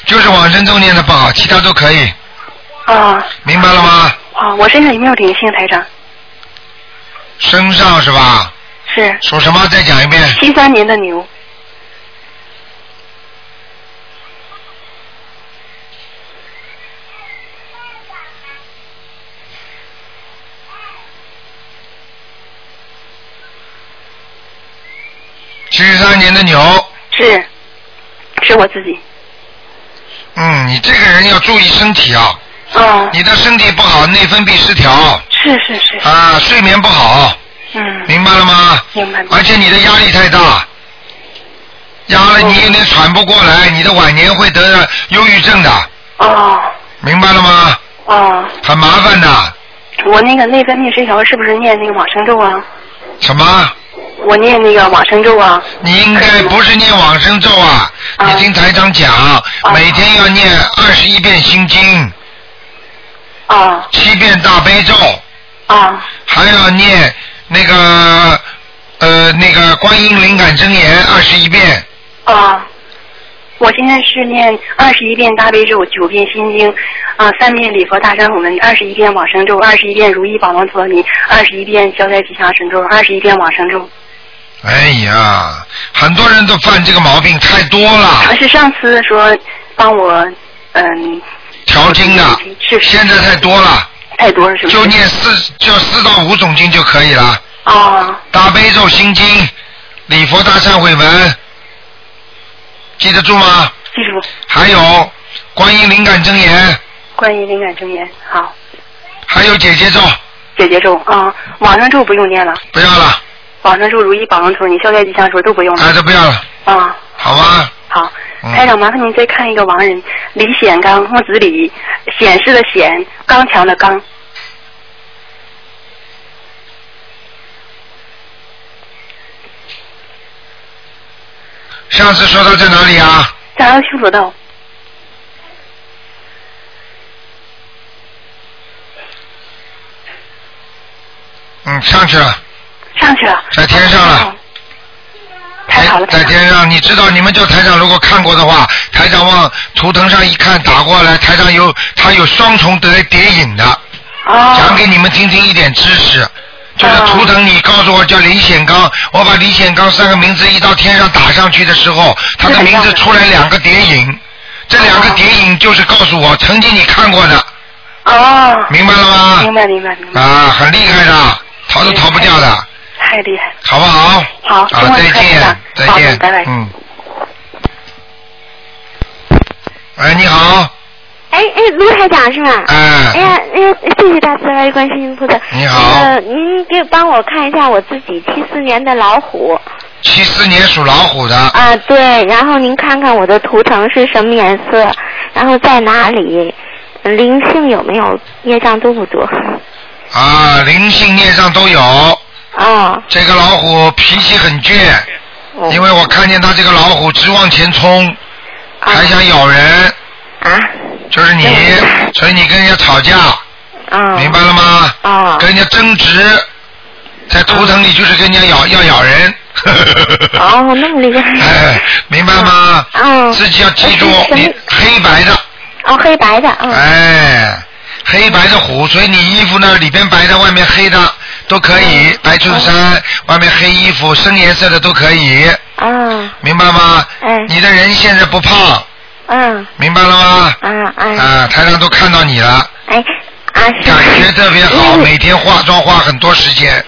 Speaker 1: 就是往生咒念的不好，其他都可以，
Speaker 4: 啊
Speaker 1: 明白了吗？
Speaker 4: 啊！我身上有没有灵性，台长？
Speaker 1: 身上是
Speaker 4: 嗯
Speaker 1: 吧？
Speaker 4: 是
Speaker 1: 属什么？再讲一遍。
Speaker 4: 七三年的牛，
Speaker 1: 七三年的牛，
Speaker 4: 是是我自己
Speaker 1: 嗯，你这个人要注意身体啊，
Speaker 4: 啊，
Speaker 1: 你的身体不好，内分泌失调
Speaker 4: 是是是，
Speaker 1: 啊，睡眠不好，
Speaker 4: 嗯，
Speaker 1: 明白了吗？
Speaker 4: 明白明白
Speaker 1: 而且你的压力太大，压了
Speaker 4: 哦
Speaker 1: 你有点喘不过来，你的晚年会得忧郁症的，
Speaker 4: 哦
Speaker 1: 明白了吗？
Speaker 4: 哦，
Speaker 1: 很麻烦的。
Speaker 4: 我那个内分泌失调是不是念那个往生咒啊？
Speaker 1: 什么？
Speaker 4: 我念那个往生咒啊？
Speaker 1: 你应该不是念往生咒啊？
Speaker 4: 啊
Speaker 1: 你听台长讲，每天要念二十一遍心经，
Speaker 4: 啊
Speaker 1: 七遍大悲咒，
Speaker 4: 啊
Speaker 1: 还要念那个呃那个观音灵感真言二十一遍。
Speaker 4: 啊，我现在是念二十一遍大悲咒，九遍心经，啊，三遍礼佛大忏悔文，二十一遍往生咒，二十一遍如意宝龙陀罗尼，二十一遍消灾吉祥神咒，二十一遍往生咒。
Speaker 1: 哎呀，很多人都犯这个毛病太多了。
Speaker 4: 啊，是上次说帮我，嗯，
Speaker 1: 调经的
Speaker 4: 是，是
Speaker 1: 现在太多了，
Speaker 4: 太多了是吗？
Speaker 1: 就念四就四到五种经就可以了。
Speaker 4: 啊
Speaker 1: 大悲咒心经、礼佛大忏悔文，记得住吗？
Speaker 4: 记住
Speaker 1: 还有观音灵感真言，
Speaker 4: 关于灵感真言，好，
Speaker 1: 还有姐姐咒，
Speaker 4: 姐姐咒啊，往生咒不用念了，
Speaker 1: 不要了，
Speaker 4: 往生咒如意宝龙陀罗尼，消灾吉祥神咒都不用了
Speaker 1: 啊，都不要了，
Speaker 4: 啊。
Speaker 1: 好吗？
Speaker 4: 好，
Speaker 1: 嗯
Speaker 4: 台长，麻烦您再看一个亡人李显刚，木子李，显示的显，刚强的刚，
Speaker 1: 上次说他在哪里啊？
Speaker 10: 在阿修罗道，
Speaker 1: 嗯，上去了，
Speaker 10: 上去了。
Speaker 1: 在天上了。
Speaker 10: 太好了，
Speaker 1: 在天上，你知道你们叫台长，如果看过的话，台长往图腾上一看，打过来，台长有他有双重叠叠影的，
Speaker 10: 哦
Speaker 1: 讲给你们听听一点知识。就是
Speaker 10: 嗯
Speaker 1: 图腾，你告诉我叫林显刚，我把林显刚三个名字一到天上打上去的时候，他的名字出来两个叠影，这两个叠影就是告诉我曾经你看过的。
Speaker 10: 哦。
Speaker 1: 明白了吗？
Speaker 10: 明白明白明
Speaker 1: 啊，很厉害的，逃都逃不掉的，
Speaker 10: 白，太厉害了。
Speaker 1: 好不好？
Speaker 10: 好，
Speaker 1: 好，
Speaker 10: 中
Speaker 1: 啊再
Speaker 10: 文课
Speaker 1: 见
Speaker 10: 上，
Speaker 1: 再
Speaker 10: 好
Speaker 1: 见，
Speaker 10: 拜拜。
Speaker 1: 嗯。哎，你好，
Speaker 11: 哎哎，卢台长是吧？
Speaker 1: 哎
Speaker 11: 呀，哎呀，谢谢大慈大悲观世音菩萨。
Speaker 1: 你好
Speaker 11: 那个您给帮我看一下我自己七四年的老虎
Speaker 1: 七四年属老虎的，
Speaker 11: 啊，对，然后您看看我的图腾是什么颜色，然后在哪里，灵性有没有，业障多不多？
Speaker 1: 啊，灵性孽障都有。
Speaker 11: 啊。
Speaker 1: 这个老虎脾气很倔，
Speaker 10: 哦
Speaker 1: 因为我看见他这个老虎直往前冲，还想咬人。
Speaker 11: 啊。
Speaker 1: 就是你，所以你跟人家吵架。
Speaker 11: 啊。
Speaker 1: 明白了吗？
Speaker 11: 啊。
Speaker 1: 跟人家争执，在图腾里就是跟人家咬要咬人。
Speaker 11: 哦，那么厉害。
Speaker 1: 哎，明白吗？
Speaker 11: 嗯。
Speaker 1: 自己要记住，你黑白的。
Speaker 11: 哦，黑白的，嗯。
Speaker 1: 哎，黑白的虎，所以你衣服呢里边白的，外面黑的都可
Speaker 11: 嗯
Speaker 1: 以，白衬衫外面黑衣服，深颜色的都可以，
Speaker 11: 啊，
Speaker 1: 明白吗？
Speaker 11: 哎
Speaker 1: 你的人现在不胖，
Speaker 11: 嗯，
Speaker 1: 明白了吗？
Speaker 11: 啊啊。
Speaker 1: 啊，台上都看到你了，
Speaker 11: 哎，啊是。
Speaker 1: 感觉特别好，每天化妆花很多时间。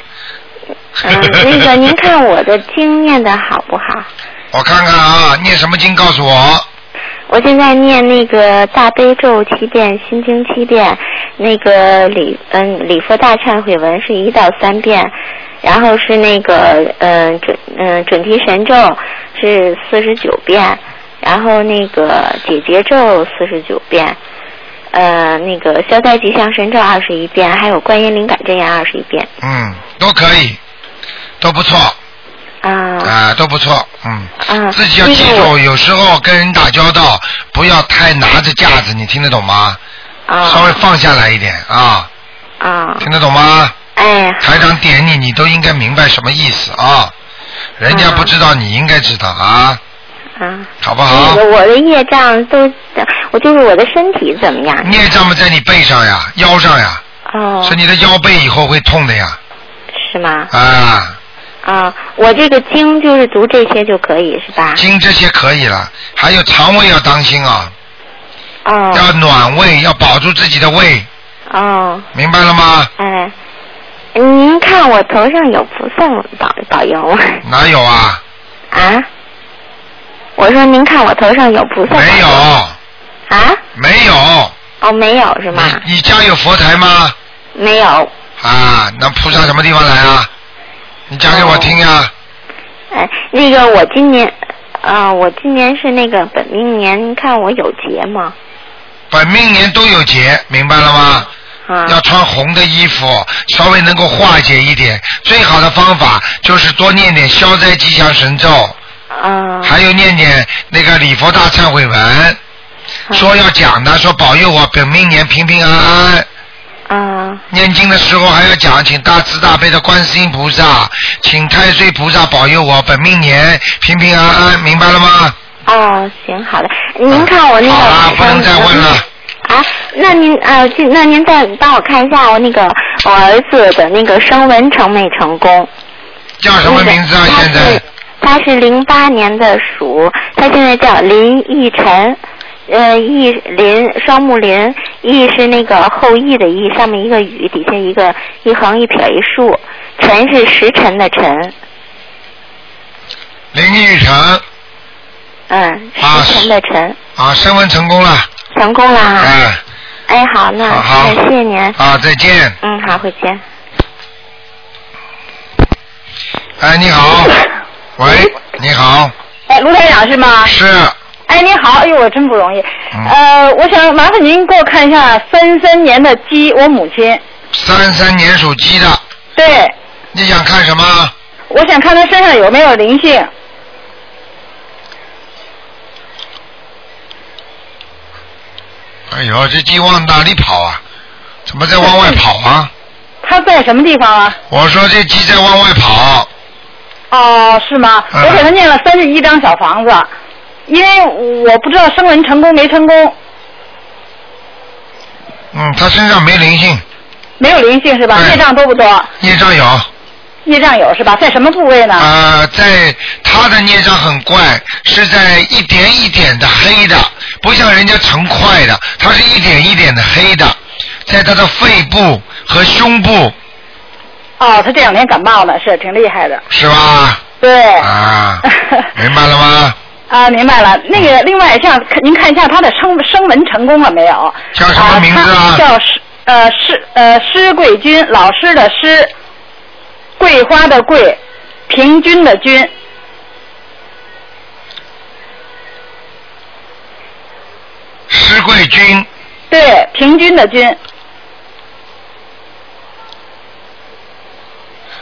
Speaker 11: 嗯，那个您看我的经念的好不好？
Speaker 1: 我看看啊，念什么经告诉我？
Speaker 11: 我现在念那个大悲咒七遍，心经七遍，那个礼嗯礼佛大忏悔文是一到三遍，然后是那个嗯准嗯准提神咒是四十九遍，然后那个解结咒四十九遍，呃那个消灾吉祥神咒二十一遍，还有观音灵感真言二十一遍
Speaker 1: 嗯，都可以，都不错
Speaker 11: 啊
Speaker 1: 啊，都不错，嗯。
Speaker 11: 啊，
Speaker 1: 自己要
Speaker 11: 那
Speaker 1: 记
Speaker 11: 个
Speaker 1: 住，
Speaker 11: 我
Speaker 1: 有时候跟人打交道，不要太拿着架子，你听得懂吗？
Speaker 11: 啊
Speaker 1: 稍微放下来一点啊，
Speaker 11: 啊
Speaker 1: 听得懂吗？
Speaker 11: 哎
Speaker 1: 台长点你，你都应该明白什么意思啊。人家不知道，你应该知道啊，
Speaker 11: 啊。
Speaker 1: 好不好？
Speaker 11: 我的业障都，我就是我的身体怎么样？
Speaker 1: 孽障嘛在你背上呀，腰上呀，
Speaker 11: 哦，
Speaker 1: 所以你的腰背以后会痛的呀，
Speaker 11: 是吗？
Speaker 1: 啊，
Speaker 11: 啊，我这个经就是读这些就可以是吧？
Speaker 1: 经这些可以了，还有肠胃要当心啊，
Speaker 11: 哦
Speaker 1: 要暖胃，要保住自己的胃，
Speaker 11: 哦，
Speaker 1: 明白了吗？
Speaker 11: 哎，您看我头上有菩萨保保佑我
Speaker 1: 哪有啊？
Speaker 11: 啊？我说您看我头上有菩萨
Speaker 1: 没有，
Speaker 11: 啊？
Speaker 1: 没有。
Speaker 11: 哦，没有是吗？
Speaker 1: 你家有佛台吗？嗯
Speaker 11: 没有，
Speaker 1: 啊，那菩萨什么地方来啊？你讲给我听呀、
Speaker 11: 哎，那个我今年，啊、我今年是那个本命年，您看我有劫吗？
Speaker 1: 本命年都有劫，明白了吗？
Speaker 11: 啊
Speaker 1: 要穿红的衣服，稍微能够化解一点。最好的方法就是多念点消灾吉祥神咒，
Speaker 11: 啊
Speaker 1: 还有念点那个礼佛大忏悔文。说要讲的，说保佑我本命年平平安安。
Speaker 11: 啊
Speaker 1: 念经的时候还要讲，请大慈大悲的观世音菩萨，请太岁菩萨保佑我本命年平平安安，明白了吗？
Speaker 11: 哦，行，好的。您看我那个呃
Speaker 1: 啊，不能再问了。
Speaker 11: 啊，那您呃，就那您再帮我看一下我那个我儿子的那个声纹成没成功？
Speaker 1: 叫什么名字啊？现在
Speaker 11: 他是零八年的鼠，他现在叫林奕晨，呃，奕林双木林，奕是那个后羿的羿，上面一个雨，底下一个一横一撇一竖，晨是时辰的晨，
Speaker 1: 林玉成
Speaker 11: 嗯，时辰的晨，
Speaker 1: 啊，升温成功了，
Speaker 11: 成功啦哈。
Speaker 1: 哎
Speaker 11: 哎，好，那
Speaker 1: 好好
Speaker 11: 哎谢谢您。
Speaker 1: 啊，再见。
Speaker 11: 嗯，好，回见。
Speaker 1: 哎，你好，喂，你好，
Speaker 12: 哎，卢台长是吗？
Speaker 1: 是嗯
Speaker 12: 哎，你好，哎呦，我真不容易。呃，我想麻烦您给我看一下三三年的鸡，我母亲。
Speaker 1: 三三年属鸡的，
Speaker 12: 对，
Speaker 1: 你想看什么？
Speaker 12: 我想看她身上有没有灵性。
Speaker 1: 哎呦，这鸡往哪里跑啊？怎么在往外跑啊？
Speaker 12: 它在什么地方啊？
Speaker 1: 我说这鸡在往外跑，
Speaker 12: 哦，是吗？
Speaker 1: 嗯
Speaker 12: 我给他念了三十一张小房子，因为我不知道声纹成功没成功，
Speaker 1: 嗯，它身上没灵性，
Speaker 12: 没有灵性是吧？业障多不多？
Speaker 1: 孽障有。
Speaker 12: 业障有是吧？在什么部位呢？
Speaker 1: 呃，在他的孽障很怪，是在一点一点的黑的，不像人家成块的，它是一点一点的黑的，在他的肺部和胸部，
Speaker 12: 哦，他这两年感冒了，是挺厉害的。
Speaker 1: 是吧？
Speaker 12: 对。
Speaker 1: 啊，明白了吗？
Speaker 12: 啊，明白了。那
Speaker 1: 嗯
Speaker 12: 个，另外像看您看一下他的生生门成功了没有？
Speaker 1: 叫什么名字啊
Speaker 12: 他叫施呃施呃施桂军，老师的施，桂花的桂，平均的均。
Speaker 1: 施桂军，
Speaker 12: 对，平均的均。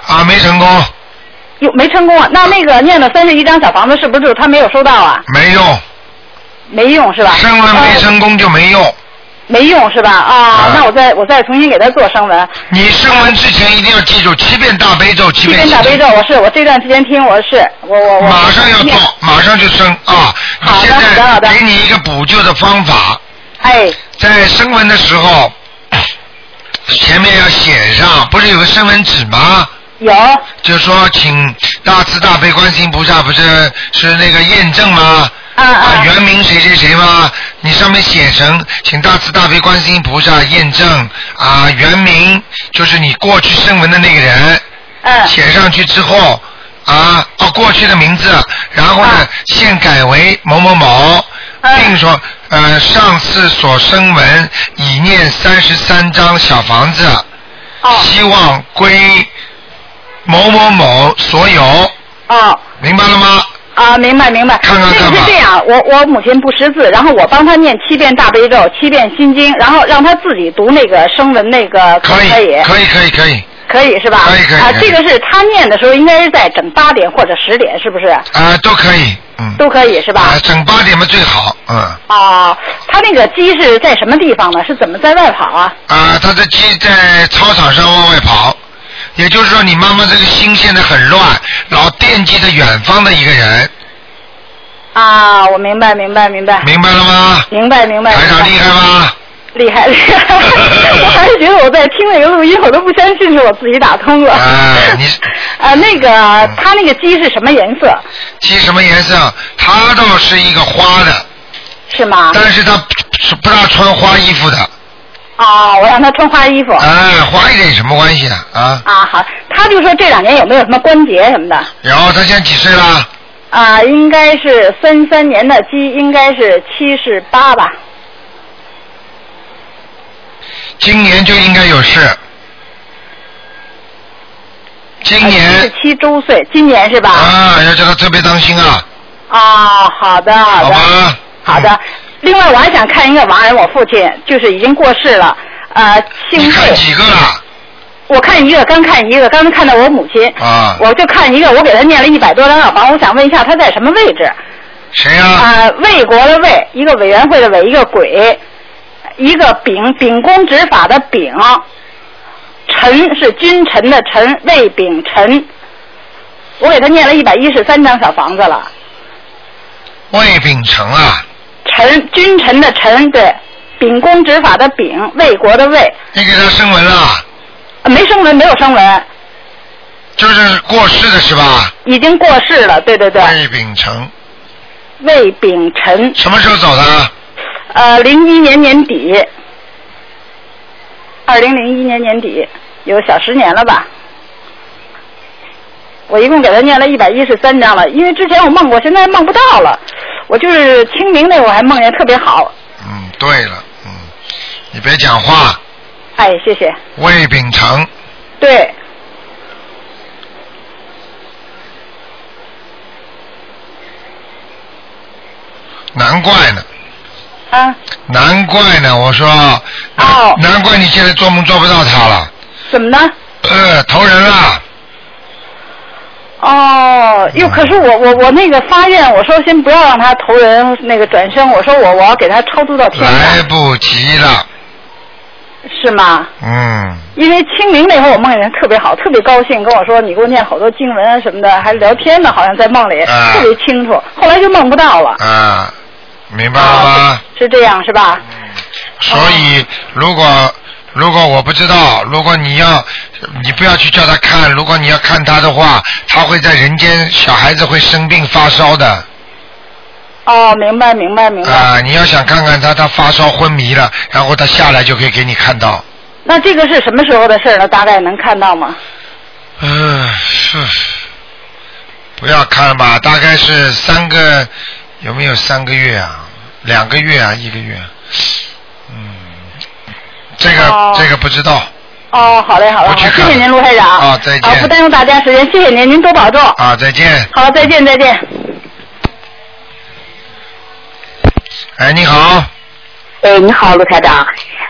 Speaker 1: 啊，没成功，
Speaker 12: 哟，没成功啊！那那个念了三十一张小房子，是不是就是他没有收到啊？
Speaker 1: 没用，
Speaker 12: 没用是吧？
Speaker 1: 升温没
Speaker 12: 哦
Speaker 1: 成功就没用。
Speaker 12: 没用是吧？啊，那我再我再重新给他做声纹。
Speaker 1: 你升温之前一定要记住七遍大悲咒，七
Speaker 12: 七
Speaker 1: 遍
Speaker 12: 遍
Speaker 1: 心
Speaker 12: 大
Speaker 1: 经
Speaker 12: 悲咒，我是我这段时间听，我是我我我
Speaker 1: 马上要做，马上就升啊！你现在给你一个补救的方法。
Speaker 12: 哎。
Speaker 1: 在升文的时候，前面要写上，不是有个升文纸吗？
Speaker 12: 有。
Speaker 1: 就说请大慈大悲观世音菩萨，不是是那个验证吗？
Speaker 12: 啊
Speaker 1: 啊！原名谁谁谁吗？你上面写成，请大慈大悲观世音菩萨验证啊，原名就是你过去声闻的那个人。
Speaker 12: 嗯。
Speaker 1: 写上去之后啊，哦，过去的名字，然后
Speaker 12: 啊
Speaker 1: 呢，现改为某某某，
Speaker 12: 嗯
Speaker 1: 并说呃，上次所声闻已念三十三张小房子，
Speaker 12: 哦
Speaker 1: 希望归某某某所有。
Speaker 12: 哦。
Speaker 1: 明白了吗？
Speaker 12: 啊，明白明白。看看这个是这样，我我母亲不识字，然后我帮她念七遍大悲咒，七遍心经，然后让她自己读那个声纹那个，可不可以？
Speaker 1: 可以，可以，可以。
Speaker 12: 可以是吧？
Speaker 1: 可以可以
Speaker 12: 啊，
Speaker 1: 可以
Speaker 12: 这个是她念的时候，应该是在整八点或者十点，是不是？
Speaker 1: 啊，都可以，嗯。
Speaker 12: 都可以是吧？
Speaker 1: 啊，整八点嘛最好，嗯。
Speaker 12: 啊，她那个鸡是在什么地方呢？是怎么在外跑啊？
Speaker 1: 啊，他的鸡在操场上往外跑，也就是说你妈妈这个心现在很乱，老惦记着远方的一个人，
Speaker 12: 啊，我明白明白明白。
Speaker 1: 明白了吗？
Speaker 12: 明白明白。台长厉
Speaker 1: 害吗？
Speaker 12: 厉害厉害！ 我还是觉得我在听那个录音，我都不相信是我自己打通了。
Speaker 1: 啊，你
Speaker 12: 啊，那个它那个鸡是什么颜色？
Speaker 1: 鸡什么颜色？它倒是一个花的，
Speaker 12: 是吗？
Speaker 1: 但是它不不大穿花衣服的，
Speaker 12: 啊，我让它穿花衣服。
Speaker 1: 哎，花一点有什么关系啊？啊，
Speaker 12: 啊，好，他就说这两年有没有什么关节什么的？
Speaker 1: 然后它现在几岁啦？
Speaker 12: 啊，应该是三三年的鸡，应该是七十八吧。
Speaker 1: 今年就应该有事，今
Speaker 12: 啊七
Speaker 1: 年
Speaker 12: 十七周岁，今年是吧？
Speaker 1: 啊，要叫他特别当心啊，
Speaker 12: 啊，好的，好的，好
Speaker 1: 嗯
Speaker 12: 的。另外，我还想看一个亡人，我父亲就是已经过世了，呃，姓魏。
Speaker 1: 几个了？
Speaker 12: 我看一个，刚看一个，刚才看到我母亲，
Speaker 1: 啊，
Speaker 12: 我就看一个，我给他念了一百多张小房，我想问一下他在什么位置？
Speaker 1: 谁呀、
Speaker 12: 啊、魏国的魏，一个委员会的委，一个鬼，一个丙，秉公执法的秉，臣是君臣的臣，魏秉臣。我给他念了一百一十三张小房子了，
Speaker 1: 魏秉成啊，
Speaker 12: 臣君臣的臣对，秉公执法的秉，魏国的魏，
Speaker 1: 你给他升文了，
Speaker 12: 呃没声纹，没有声纹，
Speaker 1: 就是过世的是吧？
Speaker 12: 已经过世了，对对对，
Speaker 1: 魏秉成
Speaker 12: 魏秉臣。
Speaker 1: 什么时候走的？啊
Speaker 12: 呃，零一年年底，二零零一年年底，有小十年了吧？我一共给他念了一百一十三章了，因为之前我梦过，现在梦不到了。我就是清明那会儿还梦见特别好，
Speaker 1: 嗯，对了，嗯，你别讲话，
Speaker 12: 哎，谢谢。
Speaker 1: 魏秉成，
Speaker 12: 对，
Speaker 1: 难怪呢，
Speaker 12: 啊，哦
Speaker 1: 难怪呢，我说，难难怪你现在做梦做不到他了，
Speaker 12: 怎么呢？
Speaker 1: 呃，投人了，
Speaker 12: 哦，哦，又可是我我我那个发愿，我说先不要让他投人那个转生，我说我我要给他超度到天上，
Speaker 1: 来不及了，
Speaker 12: 是吗？
Speaker 1: 嗯，
Speaker 12: 因为清明那会儿我梦见特别好，特别高兴，跟我说你给我念好多经文啊什么的，还聊天呢，好像在梦里、
Speaker 1: 啊
Speaker 12: 特别清楚。后来就梦不到了，
Speaker 1: 啊，明白了吗？
Speaker 12: 是这样是吧？
Speaker 1: 所以如果如果我不知道，如果你要你不要去叫他看，如果你要看他的话，他会在人间，小孩子会生病发烧的
Speaker 12: 哦，明白明白明白。
Speaker 1: 啊、你要想看看他，他发烧昏迷了，然后他下来就可以给你看到。
Speaker 12: 那这个是什么时候的事儿呢？大概能看到吗？
Speaker 1: 嗯、是，不要看了吧，大概是三个，有没有三个月啊？两个月啊，一个月？嗯，这个、
Speaker 12: 哦
Speaker 1: 这个不知道
Speaker 12: 哦，好嘞好嘞，好嘞谢谢您卢台长
Speaker 1: 啊再见
Speaker 12: 啊，不耽误大家时间，谢谢您，您多保重。
Speaker 1: 啊，再见。
Speaker 12: 好，再见再见。
Speaker 1: 哎，你好，
Speaker 2: 哎，你好，卢台长。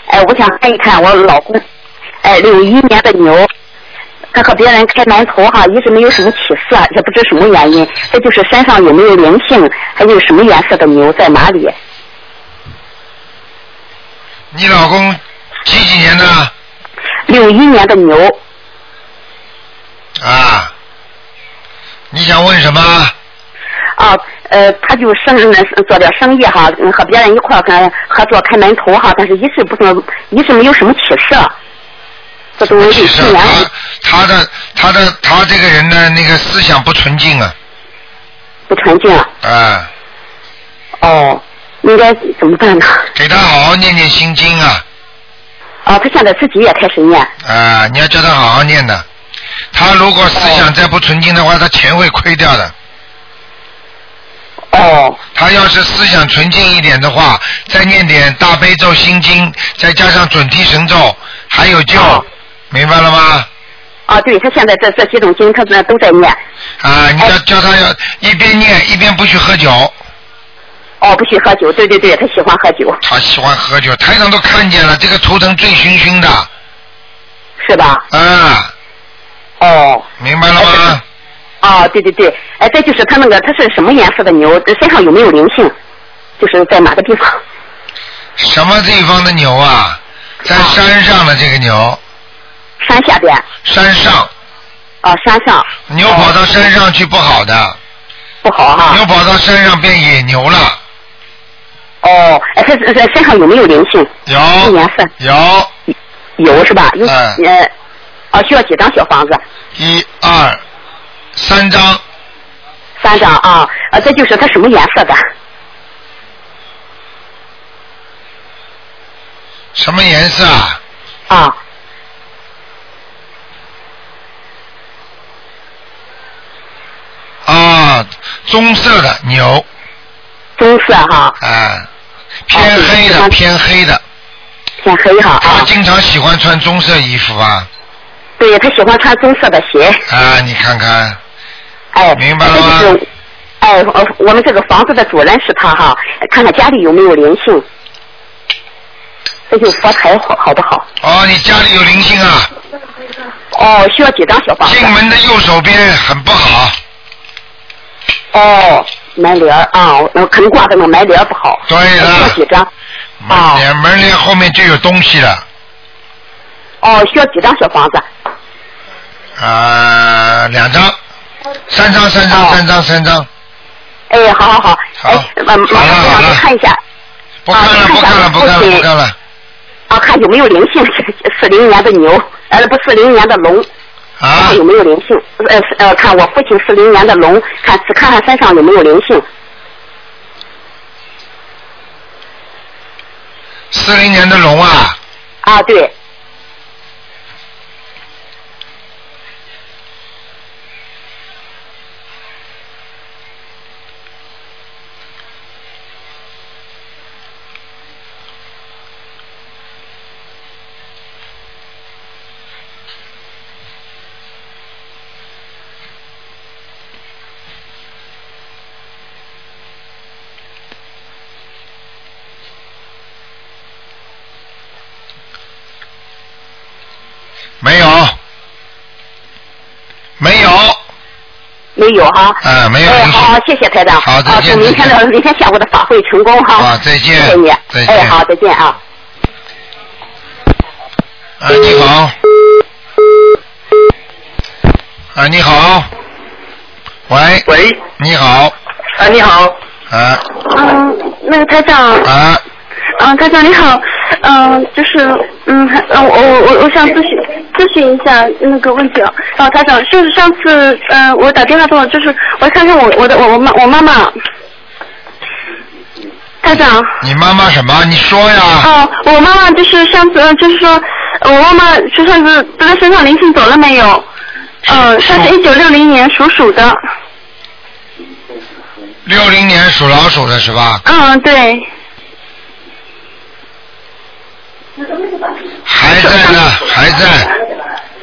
Speaker 2: 哎，我想看一看我老公，哎，六一年的牛，他和别人开南头哈，一直没有什么起色，也不知什么原因。这就是身上有没有灵性，还有什么颜色的牛在哪里？
Speaker 1: 你老公几几年的？
Speaker 2: 六一年的牛，
Speaker 1: 啊，你想问什么？
Speaker 2: 啊，呃，他就生呃做点生意哈，嗯和别人一块儿跟合作开门头哈，但是一直不怎么，一直没有什么起色。这都
Speaker 1: 其实他他的他的他这个人的那个思想不纯净啊，
Speaker 2: 不纯净啊。
Speaker 1: 啊，
Speaker 2: 哦，应该怎么办呢？
Speaker 1: 给他好好念念心经啊，
Speaker 2: 啊，他现在自己也开始念。
Speaker 1: 啊，你要叫他好好念的。他如果思想再不纯净的话，他钱会亏掉的。
Speaker 2: 哦。
Speaker 1: 他要是思想纯净一点的话，再念点大悲咒、心经，再加上准提神咒，还有救，
Speaker 2: 哦
Speaker 1: 明白了吗？
Speaker 2: 啊，对他现在这这几种经，他那都在念。
Speaker 1: 啊，你要叫他要一边念一边不许喝酒。
Speaker 2: 哦，不许喝酒，对对对，他喜欢喝酒。
Speaker 1: 他喜欢喝酒，台上都看见了，这个图腾醉醺醺的。
Speaker 2: 是吧？
Speaker 1: 啊。
Speaker 2: 哦。
Speaker 1: 明白了吗？
Speaker 2: 啊，对对对，哎，再就是他那个，他是什么颜色的牛？呃这身上有没有灵性？就是在哪个地方？
Speaker 1: 什么地方的牛啊？在山上的这个牛，
Speaker 2: 山下边。
Speaker 1: 山上
Speaker 2: 啊，山上。
Speaker 1: 牛跑到山上去不好的。
Speaker 2: 不好哈、
Speaker 1: 牛跑到山上变野牛了。
Speaker 2: 哦，哎，他这身上有没有灵性？
Speaker 1: 有。
Speaker 2: 颜色。
Speaker 1: 有。
Speaker 2: 有是吧？有。
Speaker 1: 嗯
Speaker 2: 呃，啊，需要几张小房子？
Speaker 1: 一二三张，
Speaker 2: 三张啊，啊，这就是它什么颜色的？
Speaker 1: 什么颜色啊？
Speaker 2: 啊。
Speaker 1: 啊，棕色的牛。
Speaker 2: 棕色哈。哦
Speaker 1: 啊，偏黑的，偏黑的。
Speaker 2: 偏黑哈。啊
Speaker 1: 他经常喜欢穿棕色衣服啊。
Speaker 2: 对他喜欢穿棕色的鞋。
Speaker 1: 啊，你看看。
Speaker 2: 哎，
Speaker 1: 明白了
Speaker 2: 这就
Speaker 1: 吗？
Speaker 2: 是，哎，呃我们这个房子的主人是他哈，看看家里有没有灵性。这就佛台好好不好？
Speaker 1: 哦，你家里有灵性啊。
Speaker 2: 哦，需要几张小房子？
Speaker 1: 进门的右手边很不好。
Speaker 2: 哦，门帘儿啊，我可能挂的那门帘儿不好。
Speaker 1: 对了
Speaker 2: 需要几张？
Speaker 1: 门帘门帘后面就有东西了。
Speaker 2: 哦，需要几张小房子？
Speaker 1: 啊，两张，三张，三
Speaker 2: 哦
Speaker 1: 张，三张，三张。
Speaker 2: 哎，好好好，
Speaker 1: 好，
Speaker 2: 呃，麻烦我想看一下。
Speaker 1: 不看了，不看了，不看了，不看了。
Speaker 2: 啊，看有没有灵性，四零年的牛，呃，不，四零年的龙，
Speaker 1: 啊，
Speaker 2: 看有没有灵性，呃呃，看我父亲四零年的龙，看看看身上有没有灵性，
Speaker 1: 四零年的龙啊，
Speaker 2: 啊，对，
Speaker 1: 没有，没有，
Speaker 2: 没有哈。
Speaker 1: 啊，没有
Speaker 2: 哎，
Speaker 1: 灵性
Speaker 2: 好，谢谢台长。
Speaker 1: 好再见
Speaker 2: 啊祝明
Speaker 1: 再
Speaker 2: 天
Speaker 1: 见
Speaker 2: 的明天下午的法会成功哈。
Speaker 1: 啊再见
Speaker 2: 谢谢你。
Speaker 1: 再见
Speaker 2: 哎，好，再见啊。
Speaker 1: 啊，你好。啊，你好。喂。
Speaker 13: 喂。
Speaker 1: 你好。
Speaker 13: 啊，你好。
Speaker 1: 啊。
Speaker 13: 嗯，那个台长。
Speaker 1: 啊。
Speaker 13: 嗯，台长你好，嗯，就是，嗯，还嗯，我我我我想咨询咨询一下那个问题啊，啊，台长，就是上次，嗯、我打电话到，就是我看看我我的我我妈我妈妈，台长，
Speaker 1: 你妈妈什么？你说呀。
Speaker 13: 哦、我妈妈就是上次，呃就是说我妈妈身上是她的身上灵性走了没有？嗯、她是一九六零年属鼠的，
Speaker 1: 六零年属老鼠的是吧？
Speaker 13: 嗯，对。
Speaker 1: 还在呢，还在。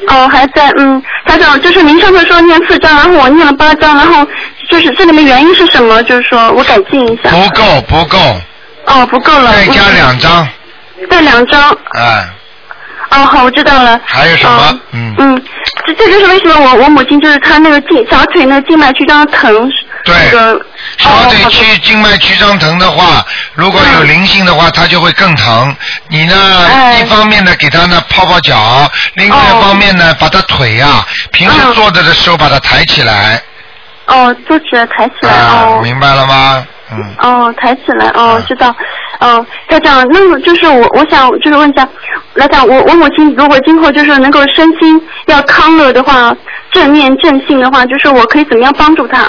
Speaker 13: 哦，还在，嗯，台长，就是您上次说念四章，然后我念了八章，然后就是这里面原因是什么？就是说我改进一下。
Speaker 1: 不够，不够。
Speaker 13: 哦，不够了。
Speaker 1: 再加
Speaker 13: 嗯
Speaker 1: 两。张，
Speaker 13: 再两张。
Speaker 1: 哎，
Speaker 13: 哦，好，我知道了。
Speaker 1: 还有什么？嗯，
Speaker 13: 嗯，这这就是为什么我我母亲就是她那个颈小腿那个静脉曲张疼，
Speaker 1: 对。
Speaker 13: 那个哦
Speaker 1: 小腿区静脉曲张疼的话，如果
Speaker 13: 嗯
Speaker 1: 有灵性的话，它就会更疼。你呢，
Speaker 13: 哎
Speaker 1: 一方面呢给它呢泡泡脚，另外
Speaker 13: 哦
Speaker 1: 一方面呢把它腿呀、平时坐着的时候把它抬起来，
Speaker 13: 嗯哦坐起来抬起来哦。
Speaker 1: 明白了吗？嗯，
Speaker 13: 哦，抬起来，
Speaker 1: 啊
Speaker 13: 哦，知道，哦，台长，那么就是我，我想就是问一下，来讲我我母亲如果今后就是能够身心要康乐的话，正念正性的话，就是我可以怎么样帮助她？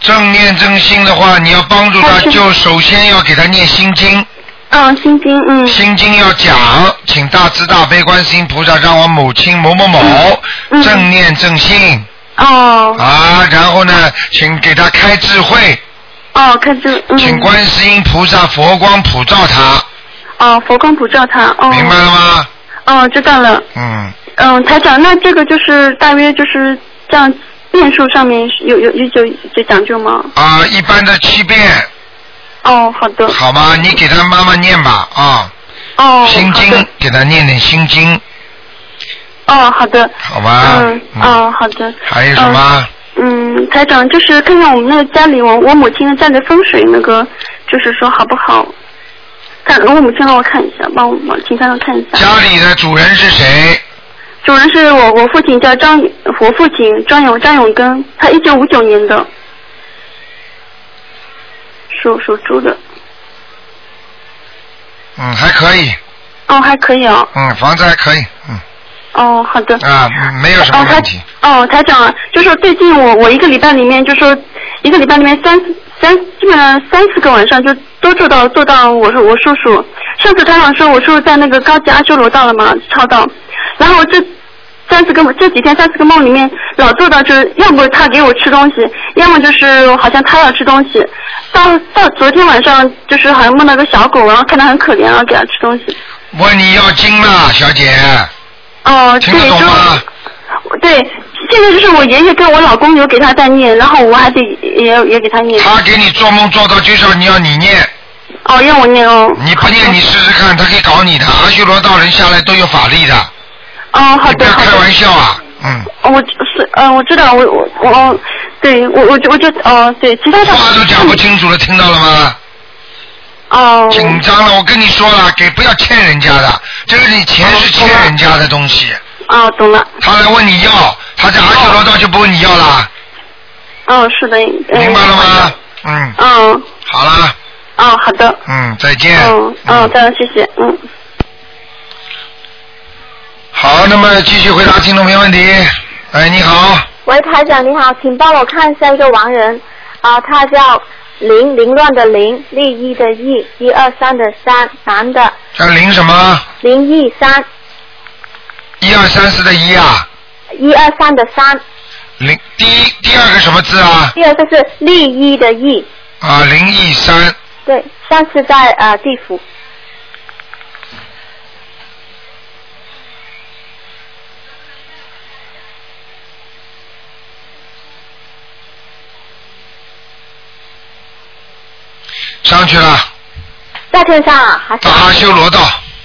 Speaker 1: 正念正心的话，你要帮助他，就首先要给他念心经。
Speaker 13: 嗯，心经，嗯。
Speaker 1: 心经要讲，请大慈大悲观世音菩萨让我母亲某某某、正念正心。
Speaker 13: 嗯哦。
Speaker 1: 啊，然后呢，请给他开智慧。
Speaker 13: 哦，开智。嗯、
Speaker 1: 请观世音菩萨佛光普照他，
Speaker 13: 哦，佛光普照她，哦。明白
Speaker 1: 了吗？
Speaker 13: 哦，知道了，
Speaker 1: 嗯，
Speaker 13: 嗯，台长，那这个就是大约就是这样变数上面是有有有有有讲究吗？
Speaker 1: 啊，一般的七遍，
Speaker 13: 哦，好的。
Speaker 1: 好吗？你给他妈妈念吧，啊。
Speaker 13: 哦
Speaker 1: 心
Speaker 13: 好的
Speaker 1: 经，给他念念心经，
Speaker 13: 哦，好的。
Speaker 1: 好吧？
Speaker 13: 嗯，哦，好的。
Speaker 1: 还有什么？
Speaker 13: 嗯，台长，就是看看我们那个家里，我我母亲的家里风水那个，就是说好不好？看，我母亲让我看一下，帮我母亲让我看一下。
Speaker 1: 家里的主人是谁？
Speaker 13: 主人是我，我父亲叫张，我父亲张永张永根，他一九五九年的，属属猪的。
Speaker 1: 嗯，还可以，
Speaker 13: 哦，还可以哦。
Speaker 1: 嗯，房子还可以，嗯，
Speaker 13: 哦，好的。
Speaker 1: 啊，嗯没有什么问题。
Speaker 13: 哦，台长，就是最近我我一个礼拜里面，就说一个礼拜里面三三基本上三四个晚上就都做到做到我我叔叔。上次台长说我叔叔在那个高级阿修罗道了嘛，超到，然后这三四个这几天三四个梦里面老做到就是要么他给我吃东西，要么就是好像他要吃东西。到到昨天晚上就是好像梦到个小狗，然后看它很可怜，然后给它吃东西。
Speaker 1: 问你要经了，小姐，
Speaker 13: 哦，对，
Speaker 1: 听得懂吗？
Speaker 13: 对，现在就是我爷爷跟我老公有给他在念，然后我还得也也给他念。
Speaker 1: 他给你做梦做到就是要你要你念。
Speaker 13: 哦，要我念哦。
Speaker 1: 你不念，你试试看，他可以搞你的。阿修罗道人下来都有法力的。
Speaker 13: 哦，好的，好的。开玩
Speaker 1: 笑啊，嗯。
Speaker 13: 我是嗯、我知道，我我我，对我我就我就哦，对，其他的。
Speaker 1: 话都讲不清楚了，听到了吗？
Speaker 13: 哦。
Speaker 1: 紧张了，我跟你说了，给不要欠人家的，这个你钱是欠人家的东西。
Speaker 13: 哦，懂了。
Speaker 1: 他来问你要，他在阿修罗道就不问你要了，
Speaker 13: 嗯，是的。
Speaker 1: 明白了吗？嗯，
Speaker 13: 嗯。
Speaker 1: 好啦，
Speaker 13: 哦，好的。
Speaker 1: 嗯，再见。
Speaker 13: 嗯嗯，再见，谢谢，嗯。
Speaker 1: 好，那么继续回答听众朋友问题。哎，你好，
Speaker 14: 喂，台长你好，请帮我看一下一个亡人啊，他叫凌凌乱的凌，立一的一，一二三的三，男的
Speaker 1: 叫林什么？
Speaker 14: 林一三，
Speaker 1: 一二三四的一啊，
Speaker 14: 一二三的三，
Speaker 1: 林第一第二个什么字啊？
Speaker 14: 第二个是立一的一，
Speaker 1: 啊，林一山，
Speaker 14: 对，上次在呃地府，
Speaker 1: 上去了，
Speaker 14: 在天上啊，还是
Speaker 1: 到阿修罗道，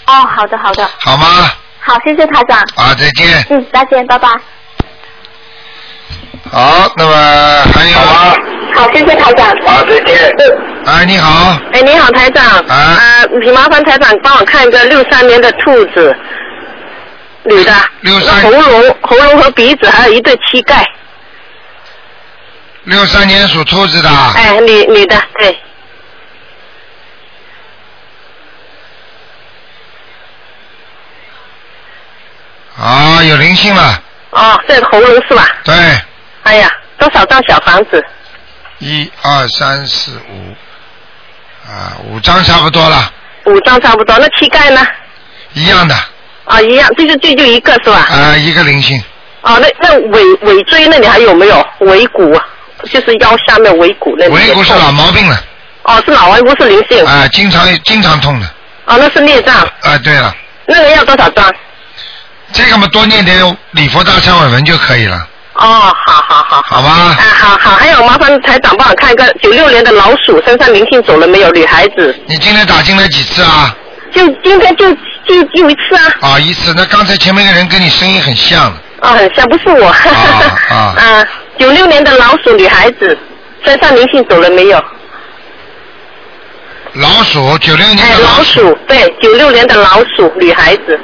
Speaker 14: 哦，好的好的，
Speaker 1: 好吗？
Speaker 14: 好，谢谢台长，
Speaker 1: 啊，再见。
Speaker 14: 嗯，再见，拜拜。
Speaker 1: 好，那么还有
Speaker 2: 好，谢谢台长。
Speaker 1: 好，再见。哎，你好，
Speaker 2: 哎，你好，台长。啊。请麻烦台长帮我看一个六三年的兔子，女的。
Speaker 1: 六三。
Speaker 2: 喉咙、喉咙和鼻子，还有一对膝盖。
Speaker 1: 六三年属兔子的，
Speaker 2: 哎，女女的，对。
Speaker 1: 啊，有灵性了，
Speaker 2: 哦，这喉咙是吧？
Speaker 1: 对，
Speaker 2: 哎呀，多少张小房子？
Speaker 1: 一二三四五，啊，五张差不多了，
Speaker 2: 五张差不多。那膝盖呢？
Speaker 1: 一样的，
Speaker 2: 啊，一样，这就这就一个是吧？
Speaker 1: 啊，一个灵性，
Speaker 2: 哦，那那尾尾椎那里还有没有尾骨？啊就是腰下面尾骨那里。
Speaker 1: 尾骨是老毛病了，
Speaker 2: 哦，是老顽固是灵性。
Speaker 1: 啊，经常经常痛的，
Speaker 2: 哦，那是孽障，
Speaker 1: 啊，对了，
Speaker 2: 那个要多少张？
Speaker 1: 这个嘛多念点礼佛大忏悔文就可以了，
Speaker 2: 哦，好好好。
Speaker 1: 好吧？
Speaker 2: 啊，好好，还有麻烦台长帮我看一个九六年的老鼠身上灵性走了没有？女孩子，
Speaker 1: 你今天打进来几次啊？
Speaker 2: 就今天就就就一次啊，
Speaker 1: 啊，一次。那刚才前面一个人跟你声音很像的
Speaker 2: 啊，很像不是我，
Speaker 1: 啊啊，
Speaker 2: 啊，九六年的老鼠女孩子身上灵性走了没有？
Speaker 1: 老鼠，九六年
Speaker 2: 哎，
Speaker 1: 的
Speaker 2: 老
Speaker 1: 老鼠，
Speaker 2: 鼠，对，九六年的老鼠女孩子，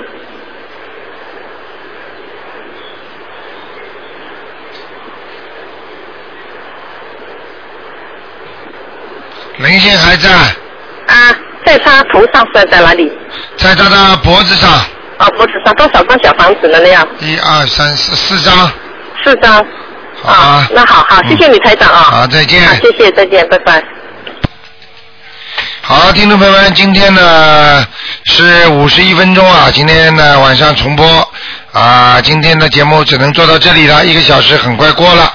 Speaker 1: 灵性还在，
Speaker 2: 啊，在她头上算在哪里？
Speaker 1: 在他的脖子上，
Speaker 2: 啊，脖子上多少张小房子呢？那样
Speaker 1: 一二三四四张，
Speaker 2: 四张。
Speaker 1: 好啊，
Speaker 2: 那好好，谢谢你台长啊。
Speaker 1: 好，再见。
Speaker 2: 好，谢谢，再见，拜拜。
Speaker 1: 好，听众朋友们，今天呢是五十一分钟啊，今天呢晚上重播啊，今天的节目只能做到这里了，一个小时很快过了。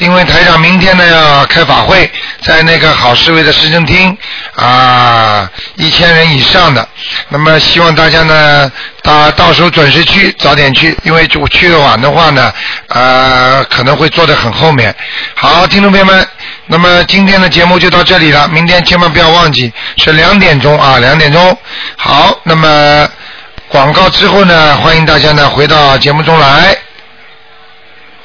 Speaker 1: 因为台长明天呢要开法会，在那个好市委的市政厅啊，一千人以上的，那么希望大家呢，到到时候准时去，早点去，因为我去的晚的话呢，呃，可能会坐得很后面。好，听众朋友们，那么今天的节目就到这里了，明天千万不要忘记是两点钟啊，两点钟。好，那么广告之后呢，欢迎大家呢回到节目中来。